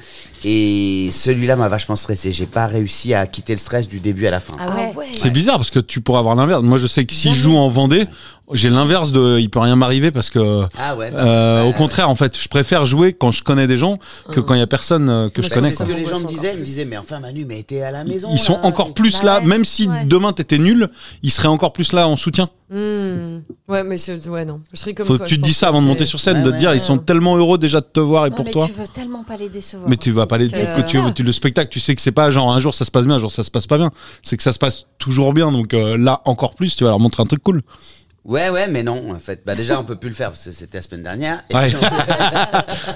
Speaker 5: Et celui-là m'a vachement stressé. J'ai pas réussi à quitter le stress du début à la fin.
Speaker 2: Ah ouais.
Speaker 1: C'est bizarre parce que tu pourrais avoir l'inverse. Moi, je sais que si je joue en Vendée, j'ai l'inverse de il peut rien m'arriver parce que.
Speaker 5: Ah ouais. bah,
Speaker 1: Euh,
Speaker 5: bah,
Speaker 1: au contraire, en fait, je préfère jouer quand je connais des gens que quand il y a personne euh, que je
Speaker 3: Bah,
Speaker 5: bah,
Speaker 1: connais.
Speaker 5: c'est ce
Speaker 1: quoi.
Speaker 5: que les gens me
Speaker 3: Encore
Speaker 5: disaient. Ils
Speaker 3: plus.
Speaker 5: me disaient, mais enfin Manu, mais t'es à la maison.
Speaker 1: Ils sont
Speaker 5: là.
Speaker 1: encore plus
Speaker 2: Bah
Speaker 1: là,
Speaker 2: ouais,
Speaker 1: même si
Speaker 2: ouais.
Speaker 1: demain t'étais nul, ils seraient encore plus là en soutien.
Speaker 3: Hmm. Ouais, mais je, ouais, non. Je serais comme
Speaker 1: Faut,
Speaker 3: toi,
Speaker 1: tu
Speaker 3: je
Speaker 1: te dis
Speaker 3: pense
Speaker 1: ça
Speaker 3: que
Speaker 1: avant de monter
Speaker 3: c'est-
Speaker 1: sur scène,
Speaker 5: Ouais,
Speaker 1: de te
Speaker 5: ouais,
Speaker 1: dire ils
Speaker 3: ouais.
Speaker 1: sont tellement heureux déjà de te voir et
Speaker 2: Ouais,
Speaker 1: pour
Speaker 2: mais
Speaker 1: toi.
Speaker 2: tu veux tellement pas les décevoir.
Speaker 1: Mais tu vas
Speaker 2: aussi.
Speaker 1: pas les.
Speaker 2: Mais
Speaker 1: que
Speaker 2: c'est
Speaker 1: tu,
Speaker 2: ça.
Speaker 1: tu- le spectacle, tu sais que c'est pas genre un jour ça se passe bien, un jour ça se passe pas bien. C'est que ça se passe toujours bien. Donc euh, là encore plus, tu vas leur montrer un truc cool.
Speaker 5: Ouais, ouais, mais non, en fait. Bah déjà, on peut plus le faire parce que c'était la semaine dernière. Et
Speaker 1: Ouais.
Speaker 5: puis, on-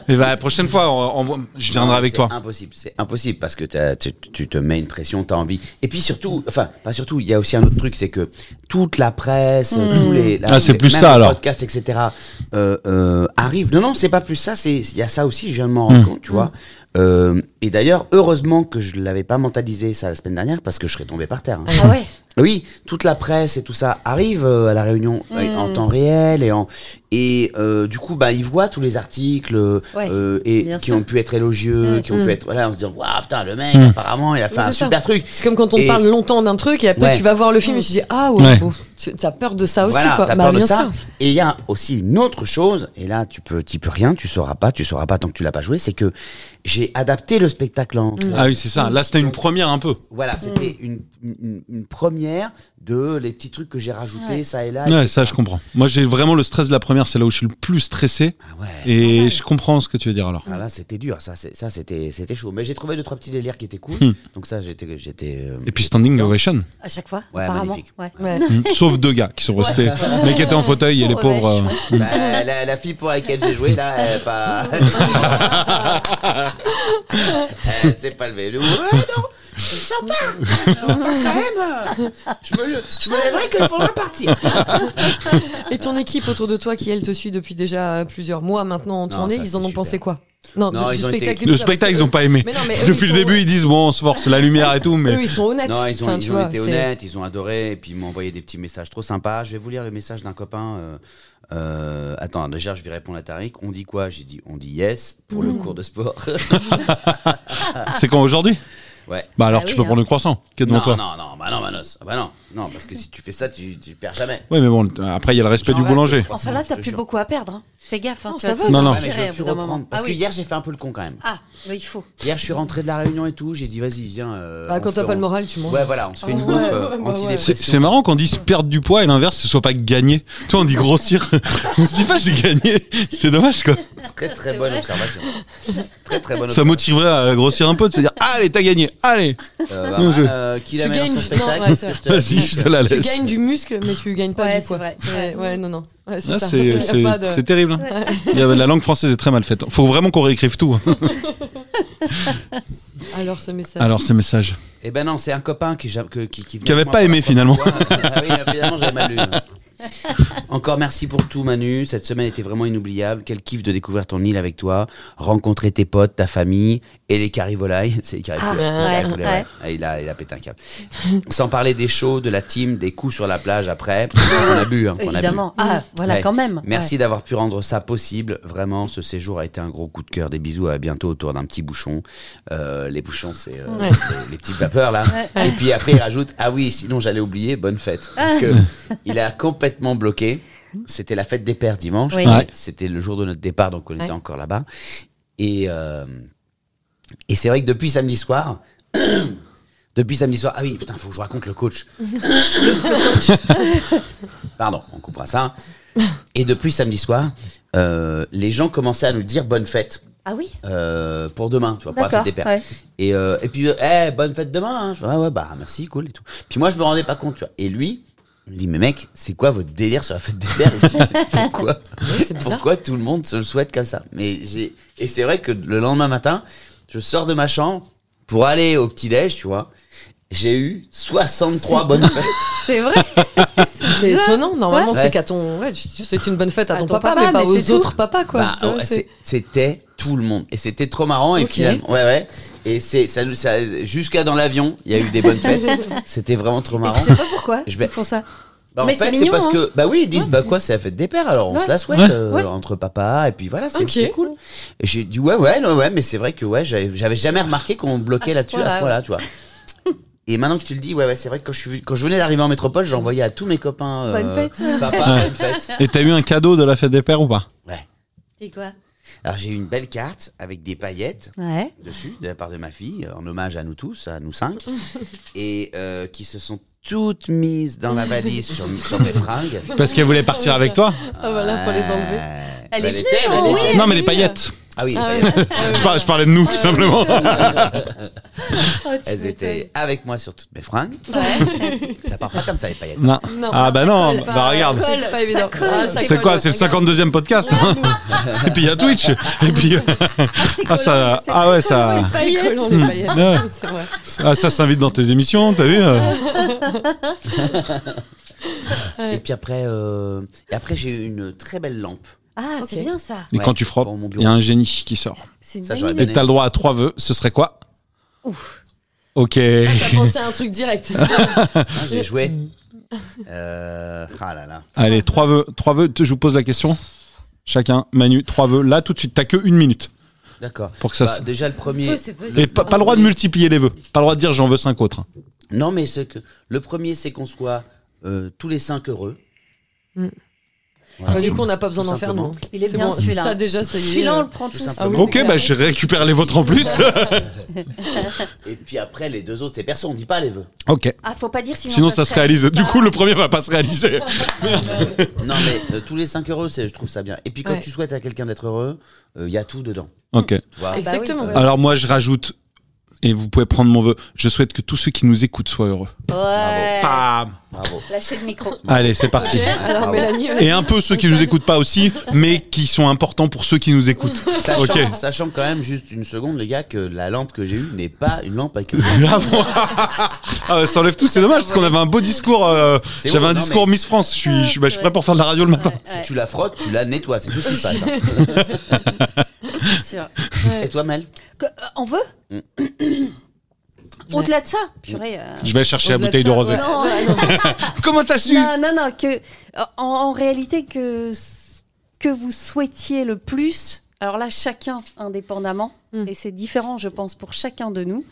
Speaker 1: Et bah, la prochaine fois, on- on voit- je viendrai
Speaker 5: Non,
Speaker 1: avec
Speaker 5: c'est
Speaker 1: toi.
Speaker 5: Impossible, c'est impossible parce que t'as- tu, tu te mets une pression, t'as envie. Et puis surtout, enfin, pas surtout, il y a aussi un autre truc, c'est que toute la presse,
Speaker 2: Hmm.
Speaker 5: tous les, la-
Speaker 1: Ah, c'est
Speaker 5: les-
Speaker 1: plus
Speaker 5: même
Speaker 1: ça,
Speaker 5: les
Speaker 1: alors.
Speaker 5: podcasts, etc. Euh, euh, arrivent. Non, non, c'est pas plus ça. C'est il y a ça aussi. Je viens de m'en
Speaker 1: Hmm.
Speaker 5: rendre compte, tu vois. Euh, et d'ailleurs, heureusement que je l'avais pas mentalisé ça la semaine dernière parce que je serais tombé par terre. hein.
Speaker 2: Ah ouais.
Speaker 5: Oui, toute la presse et tout ça arrive euh, à la réunion euh,
Speaker 2: Hmm.
Speaker 5: en temps réel et en et euh, du coup bah ils voient tous les articles euh,
Speaker 2: Ouais,
Speaker 5: euh, et
Speaker 2: bien
Speaker 5: qui
Speaker 2: sûr.
Speaker 5: ont pu être élogieux, qui ont
Speaker 3: Mm.
Speaker 5: pu être voilà, on se dit waouh putain le mec
Speaker 1: Mm.
Speaker 5: apparemment il a fait
Speaker 3: Mais
Speaker 5: un
Speaker 3: c'est ça.
Speaker 5: super truc.
Speaker 3: C'est comme quand on te
Speaker 5: Et-
Speaker 3: parle longtemps d'un truc et après
Speaker 5: Ouais.
Speaker 3: tu vas voir le film et tu dis ah ouais,
Speaker 1: Ouais.
Speaker 3: oh, tu as peur de ça aussi
Speaker 5: Voilà,
Speaker 3: quoi.
Speaker 5: t'as
Speaker 3: Bah,
Speaker 5: peur de
Speaker 3: bien
Speaker 5: ça.
Speaker 3: sûr.
Speaker 5: Et il y a aussi une autre chose, et là tu peux, tu peux rien, tu sauras pas, tu sauras pas tant que tu l'as pas joué, c'est que j'ai adapté le spectacle
Speaker 3: Mm.
Speaker 5: en.
Speaker 1: Ah oui, c'est ça. Là, c'était une première un peu.
Speaker 5: Voilà, c'était une, une, une première de les petits trucs que j'ai rajoutés ça et là.
Speaker 1: Ouais,
Speaker 5: etc.
Speaker 1: ça, je comprends. Moi, j'ai vraiment le stress de la première. C'est là où je suis le plus stressé.
Speaker 5: Ah ouais.
Speaker 1: Et je comprends ce que tu veux dire alors.
Speaker 5: Ah là, c'était dur, ça, c'est- ça c'était, c'était chaud. Mais j'ai trouvé deux trois petits délires qui étaient cool. Donc ça, j'étais, j'étais. euh,
Speaker 1: Hmm. Et puis standing ovation.
Speaker 2: À chaque fois.
Speaker 5: Ouais,
Speaker 2: apparemment.
Speaker 5: magnifique.
Speaker 2: Ouais.
Speaker 3: Ouais.
Speaker 1: Mm. Sauf deux gars qui sont restés, mais qui étaient en fauteuil et les
Speaker 2: Sans
Speaker 1: pauvres.
Speaker 2: revêche.
Speaker 1: euh, mm.
Speaker 5: bah, la, la fille pour laquelle j'ai joué là, elle est pas. elle s'est pas levée. Elle dit, Ouais, non, c'est sympa. Non, quand même. Je me, je me lèverai quand il faudra partir.
Speaker 3: Et ton équipe autour de toi qui elle te suit depuis déjà plusieurs mois maintenant en
Speaker 5: Non,
Speaker 3: tournée,
Speaker 5: ça,
Speaker 3: ils en ont
Speaker 5: c'est super.
Speaker 3: pensé quoi Non,
Speaker 5: Non,
Speaker 3: du,
Speaker 5: ils
Speaker 3: du
Speaker 5: ont été-
Speaker 3: spectacle. et tout
Speaker 1: Le
Speaker 3: ça,
Speaker 1: spectacle,
Speaker 3: parce
Speaker 1: ils
Speaker 3: que
Speaker 1: ont pas aimé.
Speaker 3: eux- Mais non, mais eux,
Speaker 1: Depuis
Speaker 3: ils
Speaker 1: le
Speaker 3: sont-
Speaker 1: début, ils disent bon, on se force, la lumière et tout,
Speaker 3: Eux
Speaker 1: mais
Speaker 3: ils sont honnêtes.
Speaker 5: Non, ils ont,
Speaker 3: Enfin,
Speaker 5: ils
Speaker 3: tu
Speaker 5: ont
Speaker 3: vois,
Speaker 5: été
Speaker 3: c'est-
Speaker 5: honnêtes, ils ont adoré, et puis ils m'ont envoyé des petits messages trop sympas. Je vais vous lire le message d'un copain. euh, euh, attends, déjà, je vais répondre à Tariq. On dit quoi J'ai dit, on dit yes pour
Speaker 3: Mhm.
Speaker 5: le cours de sport.
Speaker 1: c'est quand aujourd'hui
Speaker 5: ouais.
Speaker 1: Bah alors,
Speaker 2: Bah
Speaker 1: tu
Speaker 2: oui,
Speaker 1: peux
Speaker 2: hein.
Speaker 1: prendre le croissant qui est devant
Speaker 5: Non,
Speaker 1: toi.
Speaker 5: non, non, bah non, Manos. Ah Bah non, non, parce que si tu fais ça, tu, tu perds jamais.
Speaker 1: Oui, mais bon, le- après, il y a le respect
Speaker 5: J'en
Speaker 1: du
Speaker 5: rêve,
Speaker 1: boulanger.
Speaker 5: je
Speaker 2: Enfin là, t'as
Speaker 5: Je te
Speaker 2: plus
Speaker 5: jure.
Speaker 2: beaucoup à perdre. hein. Fais gaffe. hein,
Speaker 3: Non,
Speaker 2: tu
Speaker 3: ça
Speaker 2: vas
Speaker 3: va,
Speaker 2: tout
Speaker 1: non, non.
Speaker 5: Ouais, mais je
Speaker 2: gérer
Speaker 5: vais
Speaker 2: au
Speaker 5: plus
Speaker 2: bout d'un moment.
Speaker 5: reprendre, Parce
Speaker 2: Ah
Speaker 5: que
Speaker 2: oui.
Speaker 5: hier, j'ai fait un peu le con quand même.
Speaker 2: Ah, mais il faut.
Speaker 5: Hier, je suis rentré de la réunion et tout, j'ai dit, vas-y, viens. euh,
Speaker 3: Ah,
Speaker 5: on
Speaker 3: quand
Speaker 5: se
Speaker 3: t'as
Speaker 5: fait-
Speaker 3: pas le
Speaker 5: on-
Speaker 3: moral, tu manges.
Speaker 5: Ouais, voilà, on se fait une bouffe euh,
Speaker 3: ouais, bah ouais.
Speaker 1: C'est
Speaker 5: antidépression.
Speaker 1: c'est marrant qu'on dise perdre du poids et l'inverse, ce soit pas gagner. Toi, on dit grossir. on se dit pas, j'ai gagné. C'est dommage, quoi.
Speaker 5: Très, très bonne
Speaker 2: vrai.
Speaker 5: observation. Très, très bonne
Speaker 1: Ça
Speaker 5: observation.
Speaker 1: motiverait à grossir un peu, de se dire allez, t'as gagné, allez.
Speaker 5: Euh, bah,
Speaker 1: Non, je-
Speaker 5: euh, qui
Speaker 3: Tu
Speaker 5: la met dans
Speaker 3: gagnes
Speaker 5: son
Speaker 3: du- non,
Speaker 5: spectacle
Speaker 3: ouais,
Speaker 5: parce
Speaker 3: c'est
Speaker 5: que
Speaker 3: vrai.
Speaker 5: je te-
Speaker 1: Vas-y, je te la
Speaker 3: Tu
Speaker 1: laisse.
Speaker 3: gagnes du muscle, mais tu gagnes pas
Speaker 2: Ouais,
Speaker 3: du poids.
Speaker 2: c'est vrai.
Speaker 3: Ouais, ouais, non, non. Ouais, c'est
Speaker 1: Ah,
Speaker 3: ça.
Speaker 1: c'est-
Speaker 3: Y a
Speaker 1: c'est
Speaker 3: pas de-
Speaker 1: c'est terrible. hein. Il y a- La langue française est très mal faite. Faut vraiment qu'on réécrive tout. hein.
Speaker 3: Alors ce message.
Speaker 1: Alors, ce message.
Speaker 5: Eh ben non, c'est un copain qui, j'a- que- qui, qui, venait
Speaker 1: Qui avait
Speaker 5: avec moi
Speaker 1: pas
Speaker 5: pour la
Speaker 1: aimé,
Speaker 5: première
Speaker 1: finalement.
Speaker 5: fois. ah oui, finalement, j'avais ah, mal lu. Encore merci pour tout, Manu. Cette semaine était vraiment inoubliable. Quel kiff de découvrir ton île avec toi, rencontrer tes potes, ta famille et les carivolailles. C'est les
Speaker 2: Ah,
Speaker 5: carivolailles. Ah,
Speaker 3: ouais,
Speaker 2: ouais.
Speaker 5: il, a, il a pété un câble. Sans parler des shows, de la team, des coups sur la plage après. On a bu. Hein, qu'on a bu.
Speaker 2: Évidemment. Ah, voilà,
Speaker 5: Ouais.
Speaker 2: quand même.
Speaker 5: Merci d'avoir pu rendre ça possible. Vraiment, ce séjour a été un gros coup de cœur. Des bisous à bientôt autour d'un petit bouchon. Euh, les bouchons, c'est euh,
Speaker 3: Ouais.
Speaker 5: c'est les petites vapeurs là. Et puis après, il rajoute Ah oui, sinon j'allais oublier, bonne fête.
Speaker 2: Ah.
Speaker 5: Parce que il a complètement bloqué. C'était la fête des pères dimanche.
Speaker 2: Oui.
Speaker 1: Ouais.
Speaker 5: C'était le jour de notre départ, donc on
Speaker 3: Ouais.
Speaker 5: était encore là-bas. Et, euh, et c'est vrai que depuis samedi soir. Depuis samedi soir, ah oui, putain, faut que je raconte le coach. Pardon, on coupera ça. Et depuis samedi soir, euh, les gens commençaient à nous dire bonne fête
Speaker 2: Ah oui
Speaker 5: euh, pour demain, tu vois, pour la
Speaker 2: D'accord.
Speaker 5: fête des pères.
Speaker 2: ouais.
Speaker 5: Et, euh, et puis, euh, Eh, bonne fête demain. hein. Je fais, Ah ouais, bah merci, cool et tout. Puis moi, je me rendais pas compte, tu vois. Et lui, il me dit, mais mec, c'est quoi votre délire sur la fête des pères ici Pourquoi
Speaker 3: Ouais, c'est bizarre.
Speaker 5: Pourquoi tout le monde se le souhaite comme ça Mais j'ai et c'est vrai que le lendemain matin, je sors de ma chambre pour aller au petit déj, tu vois. J'ai eu 63 bonnes fêtes.
Speaker 2: C'est vrai.
Speaker 3: C'est
Speaker 2: bizarre.
Speaker 3: étonnant. Normalement,
Speaker 5: Ouais.
Speaker 3: c'est
Speaker 5: Ouais,
Speaker 3: qu'à
Speaker 5: c'est-
Speaker 3: ton. Ouais, tu tu souhaites une bonne fête à
Speaker 2: À
Speaker 3: ton
Speaker 2: ton
Speaker 3: papa,
Speaker 2: papa,
Speaker 3: mais pas
Speaker 2: mais c'est
Speaker 3: aux
Speaker 2: tout.
Speaker 3: autres papas, quoi.
Speaker 5: Bah,
Speaker 3: Tu vois,
Speaker 5: ouais,
Speaker 3: c'est-
Speaker 5: c'est- c'était tout le monde et c'était trop marrant et
Speaker 3: Ok.
Speaker 5: finalement ouais ouais et c'est ça, nous- ça- jusqu'à dans l'avion il y a eu des bonnes fêtes c'était vraiment trop
Speaker 2: Et je
Speaker 5: marrant
Speaker 2: sais pas pourquoi
Speaker 5: Je vais-
Speaker 2: ils font ça.
Speaker 5: Bah, en
Speaker 2: Mais
Speaker 5: fait
Speaker 2: c'est
Speaker 5: c'est
Speaker 2: mignon,
Speaker 5: parce
Speaker 2: hein.
Speaker 5: que bah oui ils disent
Speaker 2: Ouais,
Speaker 5: bah quoi c'est la fête des pères alors on
Speaker 2: Ouais.
Speaker 5: se la souhaite
Speaker 1: Ouais.
Speaker 5: euh,
Speaker 2: Ouais.
Speaker 5: entre papa et puis voilà c'est
Speaker 3: Ok.
Speaker 5: c'est cool et j'ai dit ouais ouais non, ouais mais c'est vrai que ouais j'avais j'avais jamais remarqué qu'on me bloquait
Speaker 2: À ce
Speaker 5: là-dessus à ce
Speaker 2: point-là,
Speaker 5: point-là tu vois et maintenant que tu le dis ouais ouais c'est vrai que quand je suis vu- quand je venais d'arriver en métropole j'ai envoyé à tous mes copains euh,
Speaker 2: Bonne fête.
Speaker 5: papa
Speaker 1: Ouais.
Speaker 5: bonne fête
Speaker 1: Et t'as eu un cadeau de la fête des pères ou pas
Speaker 5: ouais
Speaker 2: C'est quoi
Speaker 5: alors j'ai eu une belle carte avec des paillettes
Speaker 2: Ouais.
Speaker 5: dessus de la part de ma fille, euh, en hommage à nous tous, à nous cinq, et euh, qui se sont toutes mises dans la valise sur, sur mes fringues.
Speaker 1: Parce qu'elle voulait partir avec toi
Speaker 3: Ah, voilà, pour les enlever.
Speaker 5: Euh,
Speaker 2: Elle
Speaker 5: bah,
Speaker 2: est venue,
Speaker 5: était, bah,
Speaker 2: oh
Speaker 5: elle
Speaker 2: oui.
Speaker 5: était.
Speaker 1: Non, mais les paillettes.
Speaker 5: Ah oui,
Speaker 3: Ah
Speaker 5: bah,
Speaker 3: ouais.
Speaker 1: Je, par- je parlais de nous, tout simplement.
Speaker 2: Oh, tu
Speaker 5: elles étaient avec moi sur toutes mes fringues. Ah, Ça part pas comme ça les paillettes.
Speaker 1: Non.
Speaker 3: Non.
Speaker 1: Ah bah non,
Speaker 2: colle
Speaker 1: bah,
Speaker 2: pas.
Speaker 1: regarde.
Speaker 2: Ça colle,
Speaker 3: C'est pas
Speaker 2: ça
Speaker 3: évident.
Speaker 2: colle.
Speaker 3: Ah, ça
Speaker 1: C'est quoi C'est le 52e podcast hein Et puis il y a Twitch. Et puis euh,
Speaker 2: C'est
Speaker 1: ah,
Speaker 2: collant,
Speaker 1: ça,
Speaker 2: c'est
Speaker 1: ah ouais ça,
Speaker 2: collant,
Speaker 3: Très
Speaker 2: les paillettes.
Speaker 3: collant, les paillettes.
Speaker 1: Ouais.
Speaker 3: C'est vrai.
Speaker 1: ah, ça s'invite dans tes émissions, t'as vu euh
Speaker 5: Et puis après, euh, et après j'ai eu une très belle lampe.
Speaker 2: Ah, c'est
Speaker 3: Ok.
Speaker 2: bien ça.
Speaker 1: Et
Speaker 5: Ouais,
Speaker 1: quand tu frappes,
Speaker 5: pour mon bureau.
Speaker 1: il y a un génie qui sort.
Speaker 2: C'est une
Speaker 5: Ça,
Speaker 2: bonne
Speaker 5: j'aurais
Speaker 2: idée.
Speaker 1: Et t'as le droit à trois vœux. Ce serait quoi
Speaker 2: Ouf.
Speaker 1: Ok.
Speaker 3: T'as pensé à un truc direct.
Speaker 5: Hein, j'ai joué. Euh, ah là là.
Speaker 1: Allez, trois vœux. Trois vœux. Je vous pose la question. Chacun, Manu, trois vœux. Là, tout de suite, t'as que une minute.
Speaker 5: D'accord.
Speaker 1: Pour que ça
Speaker 5: Bah,
Speaker 1: se-
Speaker 5: déjà le premier.
Speaker 2: Toi, c'est
Speaker 1: Et pas, pas le droit de multiplier les vœux. Pas le droit de dire j'en veux cinq autres. hein.
Speaker 5: Non, mais ce que le premier c'est qu'on soit euh, tous les cinq heureux.
Speaker 3: Bah, du coup, on n'a pas besoin
Speaker 5: Tout
Speaker 3: d'en faire,
Speaker 5: simplement.
Speaker 3: non
Speaker 2: Il est
Speaker 3: C'est
Speaker 2: bien,
Speaker 3: bon,
Speaker 2: celui-là.
Speaker 3: Ça, déjà, ça y est.
Speaker 2: Celui-là, on le prend
Speaker 5: Tout
Speaker 2: tous.
Speaker 5: simplement. Ah oui,
Speaker 1: ok,
Speaker 2: c'est
Speaker 1: bah
Speaker 2: clair.
Speaker 1: je récupère les vôtres en plus.
Speaker 5: Et puis après, les deux autres, c'est perso, on dit pas les vœux.
Speaker 1: ok.
Speaker 2: Ah, faut pas dire sinon.
Speaker 1: Sinon, ça se réalise. Du coup, le premier va pas se réaliser.
Speaker 5: Non, mais euh, tous les cinq heureux, c'est- je trouve ça bien. Et puis quand
Speaker 3: Ouais.
Speaker 5: tu souhaites à quelqu'un d'être heureux, il y a tout dedans.
Speaker 1: Ok.
Speaker 5: Tu
Speaker 2: bah
Speaker 5: vois
Speaker 2: oui.
Speaker 3: Exactement.
Speaker 2: Ouais.
Speaker 1: Alors moi, je rajoute, et vous pouvez prendre mon vœu, je souhaite que tous ceux qui nous écoutent soient heureux.
Speaker 2: Ah
Speaker 5: Ah
Speaker 2: Ouais.
Speaker 1: Pam
Speaker 5: Bravo.
Speaker 2: Lâchez le micro.
Speaker 1: Allez, c'est parti.
Speaker 3: Alors,
Speaker 5: Bravo.
Speaker 3: Mélanie, vas-y.
Speaker 1: Et un peu ceux qui nous écoutent pas aussi, mais qui sont importants pour ceux qui nous écoutent.
Speaker 5: Sachant,
Speaker 1: Ok.
Speaker 5: sachant quand même juste une seconde, les gars, que la lampe que j'ai eue n'est pas une lampe à queue.
Speaker 1: Bravo. Ah ouais, ça enlève tout, c'est dommage parce qu'on avait un beau discours. euh,
Speaker 5: C'est
Speaker 1: J'avais
Speaker 5: bon,
Speaker 1: un
Speaker 5: non,
Speaker 1: discours
Speaker 5: mais-
Speaker 1: Miss France. Je suis, je, suis- bah, je suis prêt pour faire de la radio le matin.
Speaker 5: Si
Speaker 2: Ouais,
Speaker 5: tu la frottes, tu la nettoies, c'est tout ce qui se passe. hein.
Speaker 2: c'est sûr.
Speaker 5: Et toi, Mel
Speaker 2: Que- euh, on veut Mm. Au-delà de ça Purée. euh,
Speaker 1: Je vais chercher la
Speaker 3: Au-delà
Speaker 1: bouteille
Speaker 3: de
Speaker 1: de
Speaker 3: ça,
Speaker 1: rosé.
Speaker 3: ouais.
Speaker 2: Non,
Speaker 1: Comment t'as su
Speaker 2: non, non, non, que en, en réalité que ce que vous souhaitiez le plus. Alors là, chacun indépendamment,
Speaker 3: Mm.
Speaker 2: et c'est différent, je pense, pour chacun de nous.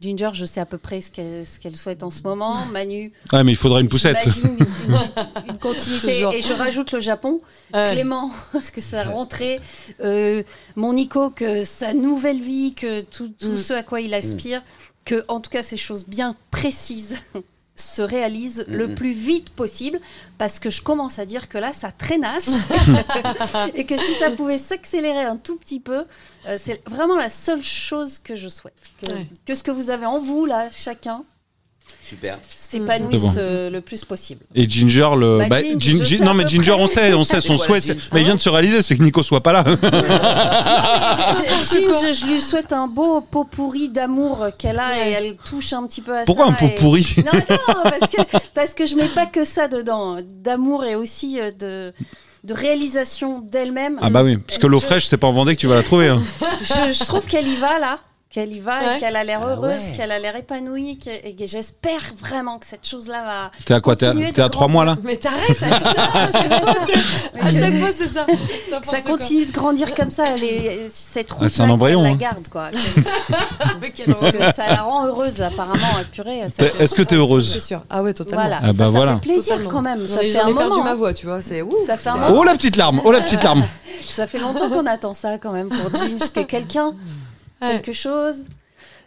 Speaker 2: Ginger, je sais à peu près ce qu'elle ce qu'elle souhaite en ce moment. Manu,
Speaker 1: Ouais, mais il faudrait
Speaker 2: Bah,
Speaker 1: une poussette.
Speaker 2: j'imagine une, une- une continuité.
Speaker 3: Toujours.
Speaker 2: Et je rajoute le Japon.
Speaker 3: Ouais.
Speaker 2: Clément, parce que sa rentrée, euh, mon Nico, que sa nouvelle vie, que tout, tout
Speaker 3: Mm.
Speaker 2: ce à quoi il aspire, que en tout cas ces choses bien précises se réalisent le
Speaker 5: Mm.
Speaker 2: plus vite possible, parce que je commence à dire que là, ça traînasse, et que si ça pouvait s'accélérer un tout petit peu, euh, c'est vraiment la seule chose que je souhaite. Que,
Speaker 3: Ouais. Mm.
Speaker 2: que ce que vous avez en vous, là, chacun,
Speaker 5: Super.
Speaker 2: s'épanouissent
Speaker 1: C'est bon.
Speaker 2: euh, le plus possible.
Speaker 1: Et Ginger, le.
Speaker 2: Bah, Gin-
Speaker 1: Gin- Gin-
Speaker 2: je sais
Speaker 1: non,
Speaker 2: à
Speaker 1: mais
Speaker 2: peu
Speaker 1: Ginger,
Speaker 2: près. Ah,
Speaker 1: on sait, on sait son
Speaker 5: quoi,
Speaker 1: souhait.
Speaker 5: la
Speaker 1: c'est-
Speaker 5: Gin
Speaker 1: Mais il vient de se réaliser, c'est que Nico soit pas là.
Speaker 3: Ah,
Speaker 2: Jean, je, je lui souhaite un beau pot pourri d'amour qu'elle a et elle touche un petit peu à
Speaker 1: Pourquoi
Speaker 2: ça.
Speaker 1: un pot
Speaker 2: et-
Speaker 1: pourri
Speaker 2: Non, attends, parce que, parce que je mets pas que ça dedans. D'amour et aussi euh, de, de réalisation d'elle-même.
Speaker 1: Ah bah oui, parce que l'eau
Speaker 2: Je-
Speaker 1: fraîche, c'est pas en Vendée que tu vas la trouver. hein.
Speaker 2: je, je trouve qu'elle y va là. Qu'elle y va
Speaker 3: Ouais.
Speaker 2: et qu'elle a l'air
Speaker 5: Ah
Speaker 2: heureuse,
Speaker 5: ouais.
Speaker 2: qu'elle a l'air épanouie. que- et que j'espère vraiment que cette chose-là va.
Speaker 1: T'es à quoi T'es à-
Speaker 2: Continuez de
Speaker 1: t'es à trois
Speaker 2: grandir.
Speaker 1: mois là
Speaker 3: Mais t'arrêtes avec ça
Speaker 2: Ah, c'est pas ça.
Speaker 3: À chaque fois, c'est ça.
Speaker 2: Que
Speaker 3: N'importe
Speaker 2: ça
Speaker 3: quoi.
Speaker 2: continue de grandir comme ça. Elle est, cette route,
Speaker 1: c'est un embryon,
Speaker 2: La
Speaker 1: hein.
Speaker 2: garde quoi.
Speaker 3: Avec elle,
Speaker 2: Parce que ça la rend heureuse apparemment. euh, Purée. ça
Speaker 1: T'es-
Speaker 2: fait-
Speaker 1: Est-ce que t'es
Speaker 3: C'est
Speaker 1: heureuse
Speaker 3: sûr. Ah ouais, totalement.
Speaker 2: Voilà.
Speaker 1: Ah bah
Speaker 2: ça, ça
Speaker 1: voilà.
Speaker 2: fait plaisir
Speaker 3: Totalement.
Speaker 2: quand même. Ça
Speaker 3: J'en ai
Speaker 2: fait un
Speaker 3: jamais perdu
Speaker 2: moment.
Speaker 3: ma
Speaker 2: hein.
Speaker 3: voix, tu vois. C'est ouf.
Speaker 2: Ça fait un moment.
Speaker 1: Oh la petite larme Oh la petite larme
Speaker 2: Ça fait longtemps qu'on attend ça quand même pour Ginge, que quelqu'un,
Speaker 3: Ouais.
Speaker 2: quelque chose,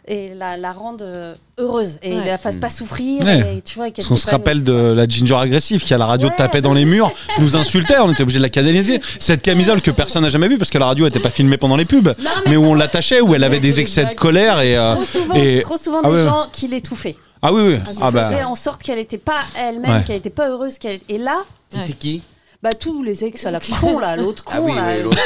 Speaker 2: et la, la rende euh, heureuse et
Speaker 3: Ouais.
Speaker 2: la fasse pas souffrir.
Speaker 1: Ouais.
Speaker 2: Et, tu vois, et qu'elle
Speaker 1: Parce qu'on se rappelle
Speaker 2: s'épanouisse.
Speaker 1: de la Ginger agressive qui à la radio
Speaker 2: Ouais.
Speaker 1: tapait dans les murs, nous insultait, on était obligé de la canaliser. Cette camisole que personne n'a jamais vue parce que la radio n'était pas filmée pendant les pubs, mais, où on l'attachait, où elle avait des excès de colère et. euh,
Speaker 2: Trop souvent,
Speaker 1: et-
Speaker 2: trop souvent
Speaker 1: Ah
Speaker 2: des
Speaker 1: ouais.
Speaker 2: gens qui l'étouffaient.
Speaker 1: Ah oui, oui.
Speaker 2: Qui
Speaker 1: Ah
Speaker 2: faisaient
Speaker 1: bah.
Speaker 2: en sorte qu'elle n'était pas elle-même,
Speaker 1: Ouais.
Speaker 2: qu'elle n'était pas heureuse. qu'elle- Et là,
Speaker 5: C'était qui
Speaker 2: bah, tous les ex à la con, là, l'autre con,
Speaker 5: Ah oui,
Speaker 2: là,
Speaker 5: oui,
Speaker 3: hein.
Speaker 2: le-
Speaker 5: l'autre.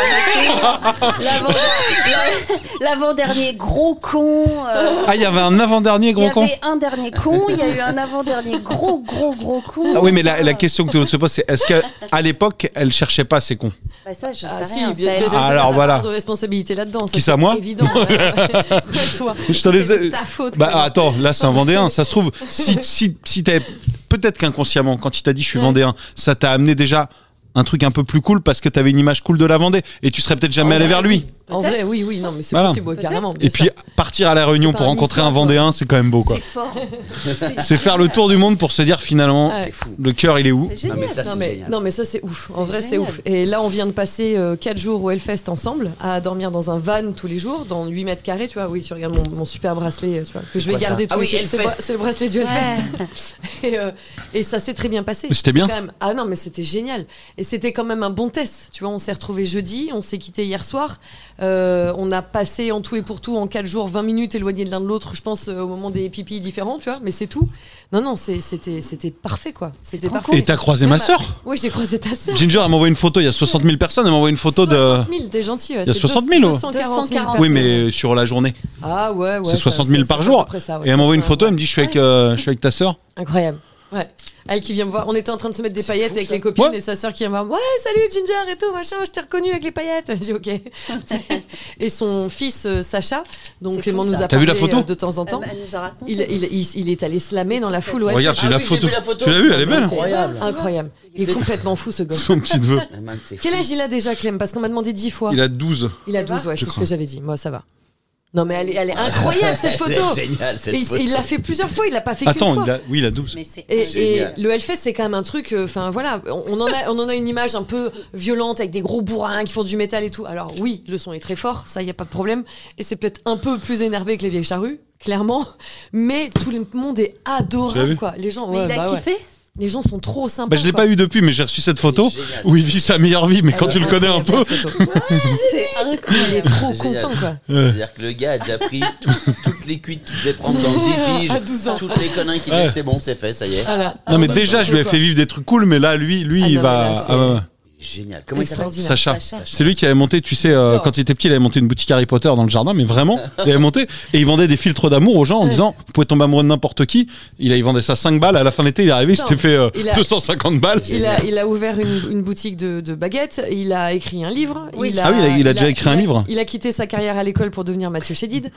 Speaker 2: l'avant- la- l'avant-dernier gros con. euh,
Speaker 1: Ah, il y avait un avant-dernier
Speaker 2: Il y
Speaker 1: gros con
Speaker 2: avait un dernier con, il y a eu un avant-dernier gros, gros, gros con.
Speaker 1: Ah oui, mais la, la question que tout le monde se pose, c'est est-ce qu'à l'époque, elle cherchait pas ces cons
Speaker 2: Bah ça, je
Speaker 3: Ah
Speaker 2: sais
Speaker 3: si,
Speaker 2: rien. ça,
Speaker 3: bien- bien
Speaker 2: elle-
Speaker 3: sûr,
Speaker 1: Ah,
Speaker 3: t'as
Speaker 1: alors
Speaker 3: ta
Speaker 1: voilà.
Speaker 3: part de responsabilité là-dedans. ça,
Speaker 1: Qui, ça,
Speaker 3: c'est
Speaker 1: moi
Speaker 3: Évident. Ouais, toi.
Speaker 1: Je te
Speaker 3: C'était
Speaker 1: les ai-
Speaker 3: de ta faute.
Speaker 1: Bah
Speaker 3: quoi.
Speaker 1: attends, là c'est un Vendéen, ça se trouve, si, si, si t'avais- peut-être qu'inconsciemment, quand il t'a dit je suis Vendéen, ça t'a amené déjà un truc un peu plus cool parce que t'avais une image cool de la Vendée et tu serais peut-être jamais allé vers lui.
Speaker 3: En vrai, Ah bah oui, oui, non, mais c'est
Speaker 1: Voilà.
Speaker 3: possible, ouais, carrément. bien
Speaker 1: Et puis
Speaker 3: sûr.
Speaker 1: partir à la Réunion
Speaker 3: C'est
Speaker 1: pour
Speaker 3: pas un
Speaker 1: rencontrer un
Speaker 3: mystère, quoi.
Speaker 1: Vendéen, c'est quand même beau quoi.
Speaker 2: C'est fort.
Speaker 1: C'est faire le tour du monde pour se dire finalement,
Speaker 3: Ouais.
Speaker 5: C'est fou.
Speaker 1: le cœur il est où
Speaker 2: C'est
Speaker 5: Non,
Speaker 2: génial.
Speaker 5: mais ça,
Speaker 3: non
Speaker 5: c'est
Speaker 3: mais,
Speaker 5: génial.
Speaker 3: non mais ça c'est ouf, en
Speaker 2: C'est
Speaker 3: vrai c'est
Speaker 2: génial.
Speaker 3: ouf. Et là on vient de passer 4 jours au Hellfest ensemble, à dormir dans un van tous les jours, dans 8 mètres carrés, tu vois, oui tu regardes mon, mon super bracelet, euh, tu vois, que je vais
Speaker 5: quoi, ça
Speaker 3: garder
Speaker 5: Ah
Speaker 3: tout
Speaker 5: oui,
Speaker 3: C'est
Speaker 5: Hellfest.
Speaker 3: quoi- C'est le bracelet du Hellfest. et, euh, et ça s'est très bien passé.
Speaker 1: Mais c'était
Speaker 3: C'est
Speaker 1: bien.
Speaker 3: quand même- Ah non mais c'était génial. Et c'était quand même un bon test, tu vois, on s'est retrouvés jeudi, on s'est quitté hier soir, Euh, on a passé en tout et pour tout en 4 jours 20 minutes éloignés de l'un de l'autre, je pense, euh, au moment des pipis différents, tu vois, mais c'est tout. Non non, c'est- c'était c'était parfait quoi. C'était
Speaker 2: te rends
Speaker 3: parfait.
Speaker 1: Et t'as croisé
Speaker 3: bah,
Speaker 1: ma sœur
Speaker 3: Oui, j'ai croisé ta sœur.
Speaker 1: Ginger, elle m'envoie une photo, il y a 60 000 personnes, elle m'envoie une photo
Speaker 3: 60
Speaker 1: de...
Speaker 3: 000, t'es gentil. Ouais.
Speaker 1: Il y a
Speaker 3: c'est
Speaker 1: 60 000, ouais.
Speaker 3: 240 000
Speaker 1: Oui mais sur la journée,
Speaker 3: Ah ouais, ouais.
Speaker 1: c'est 60 000 par jour. Et elle m'envoie une photo, elle me dit je suis avec, euh, je suis avec ta sœur.
Speaker 3: Incroyable. Ouais. Elle qui vient me voir. On était en train de se mettre des paillettes avec les copines
Speaker 1: Ouais.
Speaker 3: et sa sœur qui vient me voir. Ouais, salut Ginger et tout, machin, je t'ai reconnu avec les paillettes. J'ai ok. et son fils euh, Sacha, donc
Speaker 2: C'est
Speaker 3: Clément
Speaker 2: fou,
Speaker 3: nous
Speaker 2: ça.
Speaker 3: a
Speaker 1: T'as vu la
Speaker 3: parlé,
Speaker 1: photo
Speaker 3: euh, de temps en temps.
Speaker 2: Bah, Elle nous a raconté.
Speaker 3: Il, il, il- il est allé slammer dans la foule. Ouais,
Speaker 1: Regarde, j'ai
Speaker 5: Ah
Speaker 1: la,
Speaker 5: oui, j'ai
Speaker 1: photo.
Speaker 5: vu la photo. Ah, bah,
Speaker 1: Tu l'as vu, elle est
Speaker 3: c'est
Speaker 1: belle. hein,
Speaker 5: Incroyable.
Speaker 3: Incroyable. Il est complètement fou ce gosse.
Speaker 1: Son petit neveu.
Speaker 5: Ah, man, c'est fou.
Speaker 3: Quel âge il a déjà, Clem Parce qu'on m'a demandé 10 fois.
Speaker 1: Il a 12.
Speaker 3: Il a 12, ouais,
Speaker 1: Je
Speaker 3: c'est ce
Speaker 1: crois. Ah.
Speaker 3: que j'avais dit. Moi, ça va. Non, mais elle est, elle est incroyable cette photo.
Speaker 5: C'est génial cette
Speaker 3: Et il-
Speaker 5: photo.
Speaker 3: il l'a fait plusieurs fois, il l'a pas fait qu'une
Speaker 1: Attends,
Speaker 3: fois.
Speaker 1: il a... oui, il a 12.
Speaker 2: Mais c'est.
Speaker 3: Et, et
Speaker 5: Génial.
Speaker 3: le Hellfest, c'est quand même un truc. euh, Enfin voilà, on, on en a, on en a une image un peu violente avec des gros bourrins qui font du métal et tout. Alors oui, le son est très fort, ça y a pas de problème. Et c'est peut-être un peu plus énervé que les vieilles charrues, clairement. Mais tout le monde est
Speaker 1: Vous l'avez
Speaker 3: adorable,
Speaker 1: vu
Speaker 3: quoi. Les gens,
Speaker 2: Mais
Speaker 3: ouais,
Speaker 2: il a
Speaker 3: bah ouais.
Speaker 2: kiffé.
Speaker 3: Les gens sont trop sympas.
Speaker 1: Bah, je l'ai
Speaker 3: quoi.
Speaker 1: pas eu depuis, mais j'ai reçu cette photo
Speaker 5: C'est génial.
Speaker 1: où il vit sa meilleure vie. Mais quand
Speaker 3: Elle
Speaker 1: tu
Speaker 3: est
Speaker 1: le connais un peu,
Speaker 3: incroyable, cette photo.
Speaker 2: C'est
Speaker 3: Il est
Speaker 2: incroyable.
Speaker 3: trop
Speaker 5: C'est génial.
Speaker 3: content, quoi.
Speaker 5: C'est-à-dire que le gars a déjà pris tout- toutes les cuites qu'il devait prendre dans 10 piges,
Speaker 3: À 12 ans.
Speaker 5: toutes les conneries qu'il
Speaker 1: Ouais.
Speaker 5: dit, c'est bon, c'est fait, ça y est.
Speaker 3: Voilà.
Speaker 1: non mais
Speaker 5: bah,
Speaker 1: déjà, je lui ai fait vivre des trucs cool, mais là, lui, lui,
Speaker 3: Ah
Speaker 1: il
Speaker 3: non, mais
Speaker 1: va.
Speaker 3: là,
Speaker 1: Ah ouais, ouais.
Speaker 5: Génial. Comment il s'appelle
Speaker 3: Extraordinaire.
Speaker 1: Sacha.
Speaker 2: Sacha.
Speaker 1: C'est lui qui avait monté, tu sais, euh,
Speaker 3: J'adore.
Speaker 1: quand il était petit, il avait monté une boutique Harry Potter dans le jardin, mais vraiment, il avait monté et il vendait des filtres d'amour aux gens en disant, vous pouvez tomber amoureux de n'importe qui. Il, a- il vendait ça 5 balles, à la fin de l'été, il est arrivé, il
Speaker 3: Non,
Speaker 1: s'était fait euh,
Speaker 3: il a-
Speaker 1: 250 balles.
Speaker 3: Il a, il a ouvert une, une boutique de, de baguettes, il a écrit un livre.
Speaker 2: Oui.
Speaker 3: a,
Speaker 1: Ah oui, il a- il a déjà écrit un
Speaker 3: il a-
Speaker 1: livre.
Speaker 3: Il a quitté sa carrière à l'école pour devenir Mathieu Chédid.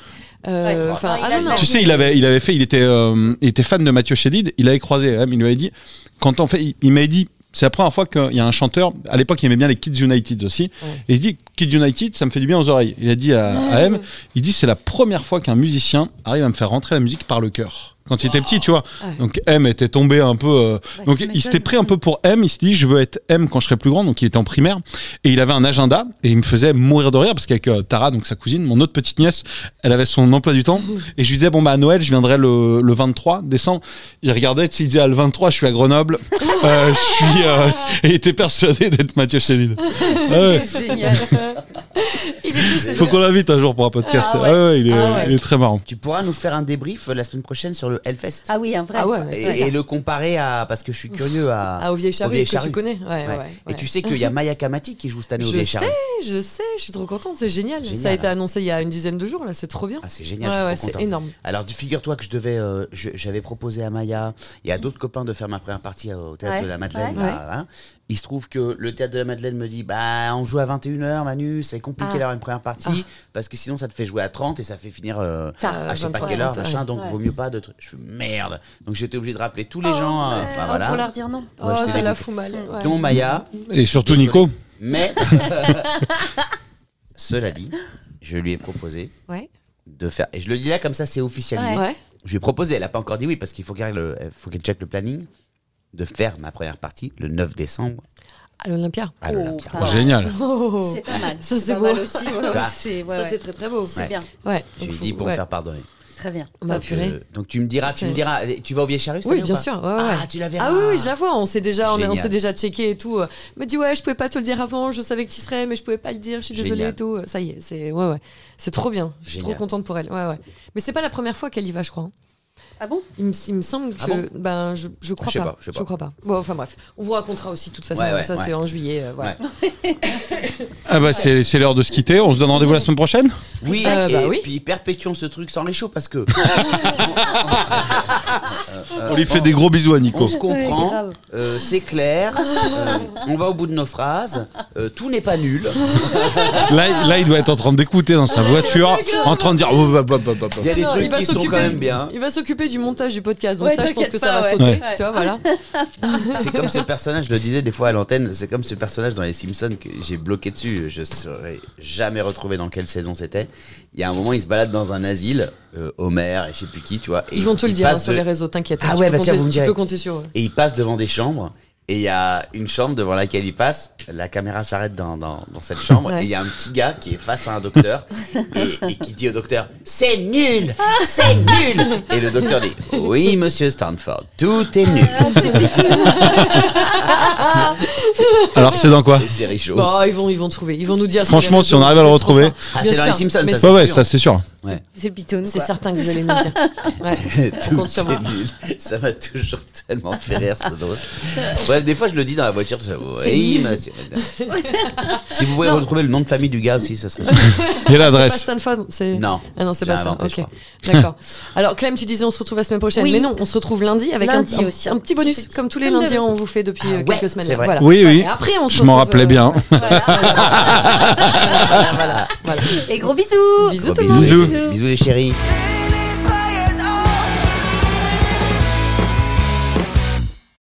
Speaker 3: Euh,
Speaker 2: Ouais.
Speaker 3: enfin,
Speaker 2: Enfin, il
Speaker 3: ah
Speaker 2: a
Speaker 3: non,
Speaker 2: de
Speaker 3: non.
Speaker 2: la
Speaker 1: Tu sais, il avait, il avait fait, il était, euh, il était fan de Mathieu Chédid, il l'avait croisé, hein, mais il lui avait dit, quand on fait, il, il m'avait dit, c'est la première fois qu'il y a un chanteur, à l'époque il aimait bien les Kids United aussi, et il se dit, Kids United, ça me fait du bien aux oreilles. Il a dit à, à M, il dit, c'est la première fois qu'un musicien arrive à me faire rentrer la musique par le cœur. Quand il était petit, tu vois.
Speaker 3: Ah
Speaker 1: Donc M était tombé un peu. euh,
Speaker 3: Bah,
Speaker 1: donc il s'était pris un peu pour M. Il se dit, je veux être M quand je serai plus grand. Donc il était en primaire et il avait un agenda et il me faisait mourir de rire parce qu'avec euh, Tara, donc sa cousine, mon autre petite nièce, elle avait son emploi du temps et je lui disais bon bah à Noël je viendrai le, le 23 décembre. Il regardait, tu sais, il disait ah, le 23 je suis à Grenoble, Euh, je suis euh, et il était persuadé d'être Mathieu Chédid. Ah ouais.
Speaker 2: Génial.
Speaker 3: Il est plus.
Speaker 1: Faut qu'on l'invite un jour pour un podcast.
Speaker 3: Ah ouais.
Speaker 1: Ah ouais, il, est,
Speaker 3: Ah ouais.
Speaker 1: il est très marrant.
Speaker 5: Tu pourras nous faire un débrief euh, la semaine prochaine sur le Hellfest
Speaker 2: Ah oui, un vrai.
Speaker 3: Ah ouais.
Speaker 5: et,
Speaker 3: ouais.
Speaker 5: et le comparer à. Parce que je suis curieux à.
Speaker 3: Ah, au vieil charrue,
Speaker 5: Vieilles
Speaker 3: que
Speaker 5: Charrues.
Speaker 3: tu connais. Ouais, ouais,
Speaker 5: Ouais.
Speaker 3: ouais,
Speaker 5: Et tu sais qu'il y a Maya Kamati qui joue cette année au
Speaker 3: Je
Speaker 5: Vieilles
Speaker 3: sais.
Speaker 5: Charrues.
Speaker 3: Je sais, je suis trop contente, c'est génial. Ça a
Speaker 5: Génial,
Speaker 3: été
Speaker 5: hein.
Speaker 3: annoncé il y a une dizaine de jours, là, c'est trop bien.
Speaker 5: Ah, c'est génial,
Speaker 3: Ouais,
Speaker 5: je suis
Speaker 3: ouais,
Speaker 5: trop
Speaker 3: c'est
Speaker 5: content.
Speaker 3: énorme.
Speaker 5: Alors, tu- figure-toi que je devais, euh, je- j'avais proposé à Maya et à d'autres copains de faire ma première partie euh, au théâtre
Speaker 2: Ouais,
Speaker 5: de la Madeleine.
Speaker 3: ouais.
Speaker 5: là,
Speaker 3: Ouais.
Speaker 5: hein. Il se trouve que le théâtre de la Madeleine me dit Bah, on joue à 21h, Manu, c'est compliqué
Speaker 2: Ah.
Speaker 5: d'avoir une première partie parce que sinon ça te fait jouer à 30 et ça fait finir euh,
Speaker 2: Tard.
Speaker 5: à je sais pas
Speaker 3: 23,
Speaker 5: quelle heure,
Speaker 3: 30,
Speaker 5: machin,
Speaker 3: ouais.
Speaker 5: donc
Speaker 2: Ouais.
Speaker 5: vaut mieux pas de trucs. Je fais Merde Donc j'étais obligé de rappeler tous les
Speaker 3: Oh,
Speaker 5: gens, euh,
Speaker 3: ouais.
Speaker 5: enfin,
Speaker 2: Ah,
Speaker 5: voilà,
Speaker 2: Pour leur dire non.
Speaker 3: oh,
Speaker 5: Ouais, j'étais
Speaker 3: ça la
Speaker 5: dégoûté.
Speaker 3: fout mal. ouais.
Speaker 5: dont Maya.
Speaker 1: Et surtout Nico.
Speaker 5: Mais, cela dit, je lui ai proposé
Speaker 3: Ouais.
Speaker 5: de faire. Et je le dis là comme ça, c'est officialisé.
Speaker 3: Ouais.
Speaker 5: Je lui ai proposé, elle n'a pas encore dit oui parce qu'il faut qu'elle le- euh, faut qu'elle check le planning, de faire ma première partie le 9 décembre
Speaker 3: À l'Olympia.
Speaker 5: à
Speaker 2: Oh,
Speaker 5: l'Olympia.
Speaker 3: Ah.
Speaker 2: pas mal.
Speaker 1: Génial.
Speaker 3: Oh.
Speaker 2: C'est pas mal.
Speaker 3: Ça,
Speaker 2: C'est
Speaker 3: c'est
Speaker 2: pas
Speaker 3: beau.
Speaker 2: mal aussi. ouais, ouais,
Speaker 5: Ça,
Speaker 2: c'est ouais,
Speaker 3: Ça,
Speaker 2: ouais.
Speaker 3: c'est très très beau.
Speaker 2: C'est
Speaker 5: Ouais.
Speaker 2: bien.
Speaker 3: Ouais.
Speaker 5: Je
Speaker 3: donc
Speaker 5: lui ai
Speaker 3: faut-
Speaker 5: dit pour me
Speaker 3: ouais.
Speaker 5: faire pardonner.
Speaker 2: Très bien.
Speaker 3: Bah, purée.
Speaker 5: Euh, donc tu me diras, tu me diras, eh, tu vas au Vieux Charrue cette
Speaker 3: Oui,
Speaker 5: année ou
Speaker 3: bien
Speaker 5: pas
Speaker 3: sûr. ouais, ouais,
Speaker 5: Ah,
Speaker 3: ouais.
Speaker 5: tu la verras.
Speaker 3: Ah oui, oui, je la vois. On s'est déjà, on, a- on
Speaker 5: Génial.
Speaker 3: s'est déjà checké et tout. Il Me dit ouais, je pouvais pas te le dire avant. Je savais que tu serais, mais je pouvais pas le dire. Je suis désolée
Speaker 5: Génial.
Speaker 3: et tout. Ça y est, c'est ouais, ouais. C'est trop bien. Je suis trop
Speaker 5: Génial.
Speaker 3: contente pour elle. Ouais, ouais. Mais c'est pas la première fois qu'elle y va, je crois. hein.
Speaker 2: Ah bon
Speaker 3: Il me, il me semble que
Speaker 5: Ah bon
Speaker 3: ben je, je crois
Speaker 5: Je sais
Speaker 3: pas.
Speaker 5: pas, je sais pas.
Speaker 3: crois pas. Bon, enfin bref, on vous racontera aussi de toute façon.
Speaker 5: Ouais, ouais,
Speaker 3: ça c'est
Speaker 5: ouais.
Speaker 3: en juillet. euh, voilà.
Speaker 1: Ah bah c'est c'est l'heure de se quitter. On se donne rendez-vous la semaine prochaine.
Speaker 5: Oui,
Speaker 3: Euh,
Speaker 5: et
Speaker 3: bah oui.
Speaker 5: puis perpétuons ce truc sans réchaud parce que
Speaker 1: On lui fait des gros bisous à
Speaker 5: on
Speaker 1: Nico.
Speaker 5: se
Speaker 2: Ouais,
Speaker 5: comprend,
Speaker 2: grave.
Speaker 5: euh, c'est clair, euh, on va au bout de nos phrases, euh, tout n'est pas nul.
Speaker 1: Là, là, il doit être en train d'écouter dans sa voiture, en train de dire. Oh, bah, bah, bah, bah, bah.
Speaker 5: Il y a des
Speaker 3: Non, il
Speaker 5: trucs
Speaker 3: va
Speaker 5: qui sont quand
Speaker 3: s'occuper-
Speaker 5: même bien.
Speaker 3: Il va s'occuper du montage du podcast. Donc
Speaker 2: Ouais,
Speaker 3: ça, je pense
Speaker 2: t'inquiète
Speaker 3: que
Speaker 2: pas,
Speaker 3: ça va
Speaker 2: ouais.
Speaker 3: sauter.
Speaker 2: Ouais.
Speaker 3: Tu vois, voilà.
Speaker 5: C'est comme ce personnage, je le disais des fois à l'antenne, c'est comme ce personnage dans Les Simpsons que j'ai bloqué dessus. Je saurais jamais retrouvé dans quelle saison c'était. Il y a un moment, il se balade dans un asile, euh, Homer et je sais plus qui, tu vois. et
Speaker 3: Ils vont te
Speaker 5: il
Speaker 3: le dire hein,
Speaker 5: passe
Speaker 3: sur
Speaker 5: de-
Speaker 3: les réseaux. T'inquiète. hein,
Speaker 5: Ah
Speaker 3: tu
Speaker 5: ouais,
Speaker 3: peux
Speaker 5: bah tiens,
Speaker 3: compter-
Speaker 5: vous me direz.
Speaker 3: Tu peux compter sur. eux.
Speaker 5: Et il passe devant des chambres. Et il y a une chambre devant laquelle il passe. La caméra s'arrête dans, dans- dans cette chambre.
Speaker 3: Ouais.
Speaker 5: Et il y a un petit gars qui est face à un docteur. et, et qui dit au docteur C'est nul C'est nul Et le docteur dit Oui, monsieur Stanford, tout est nul.
Speaker 1: Alors c'est dans quoi
Speaker 5: Et c'est Richaud.
Speaker 3: Bon, Bah, ils vont, ils vont trouver. Ils vont nous dire. sur
Speaker 1: Franchement,
Speaker 3: les
Speaker 1: si on arrive à le
Speaker 3: réseaux, c'est trop
Speaker 1: retrouver.
Speaker 3: fort.
Speaker 5: Ah,
Speaker 3: Bien
Speaker 5: c'est dans Les
Speaker 3: sûr,
Speaker 5: Simpsons,
Speaker 3: mais
Speaker 5: ça,
Speaker 1: Ouais, ouais,
Speaker 5: sûr.
Speaker 1: ça c'est sûr.
Speaker 2: C'est le pitoun.
Speaker 3: C'est
Speaker 2: quoi.
Speaker 3: certain que vous allez nous le dire. Ouais.
Speaker 5: Tout
Speaker 3: compte sur
Speaker 5: est
Speaker 3: moi.
Speaker 5: nul. Ça m'a toujours tellement fait rire ce dos. Ouais, des fois je le dis dans la voiture, tout ça.
Speaker 3: C'est
Speaker 5: Oui, monsieur. si vous pouvez retrouver le nom de famille du gars aussi, ça serait.
Speaker 1: Il y a
Speaker 3: C'est pas
Speaker 1: l'adresse.
Speaker 3: Stanford, c'est
Speaker 5: Non.
Speaker 3: Ah non, c'est
Speaker 5: J'ai
Speaker 3: pas ça.
Speaker 5: inventé, je
Speaker 3: ok, d'accord. Alors Clem, tu disais on se retrouve la semaine prochaine,
Speaker 2: Oui.
Speaker 3: mais non, on se retrouve lundi avec un-
Speaker 2: Lundi
Speaker 3: un,
Speaker 2: aussi,
Speaker 3: un
Speaker 2: un
Speaker 3: petit
Speaker 2: petit
Speaker 3: bonus
Speaker 2: petit-
Speaker 3: comme tous les
Speaker 2: comme
Speaker 3: lundis,
Speaker 2: d'hab-
Speaker 3: on vous fait depuis euh,
Speaker 5: Ah ouais,
Speaker 3: quelques semaines.
Speaker 5: c'est vrai.
Speaker 3: Voilà.
Speaker 1: Oui, oui.
Speaker 3: Et après, on se
Speaker 1: Je m'en
Speaker 3: retrouve,
Speaker 1: rappelais
Speaker 3: euh,
Speaker 1: bien.
Speaker 3: Voilà, voilà, voilà.
Speaker 2: Et gros bisous
Speaker 3: Bisous tout le
Speaker 5: Gros
Speaker 3: monde.
Speaker 1: Bisous.
Speaker 5: Bisous les chéris.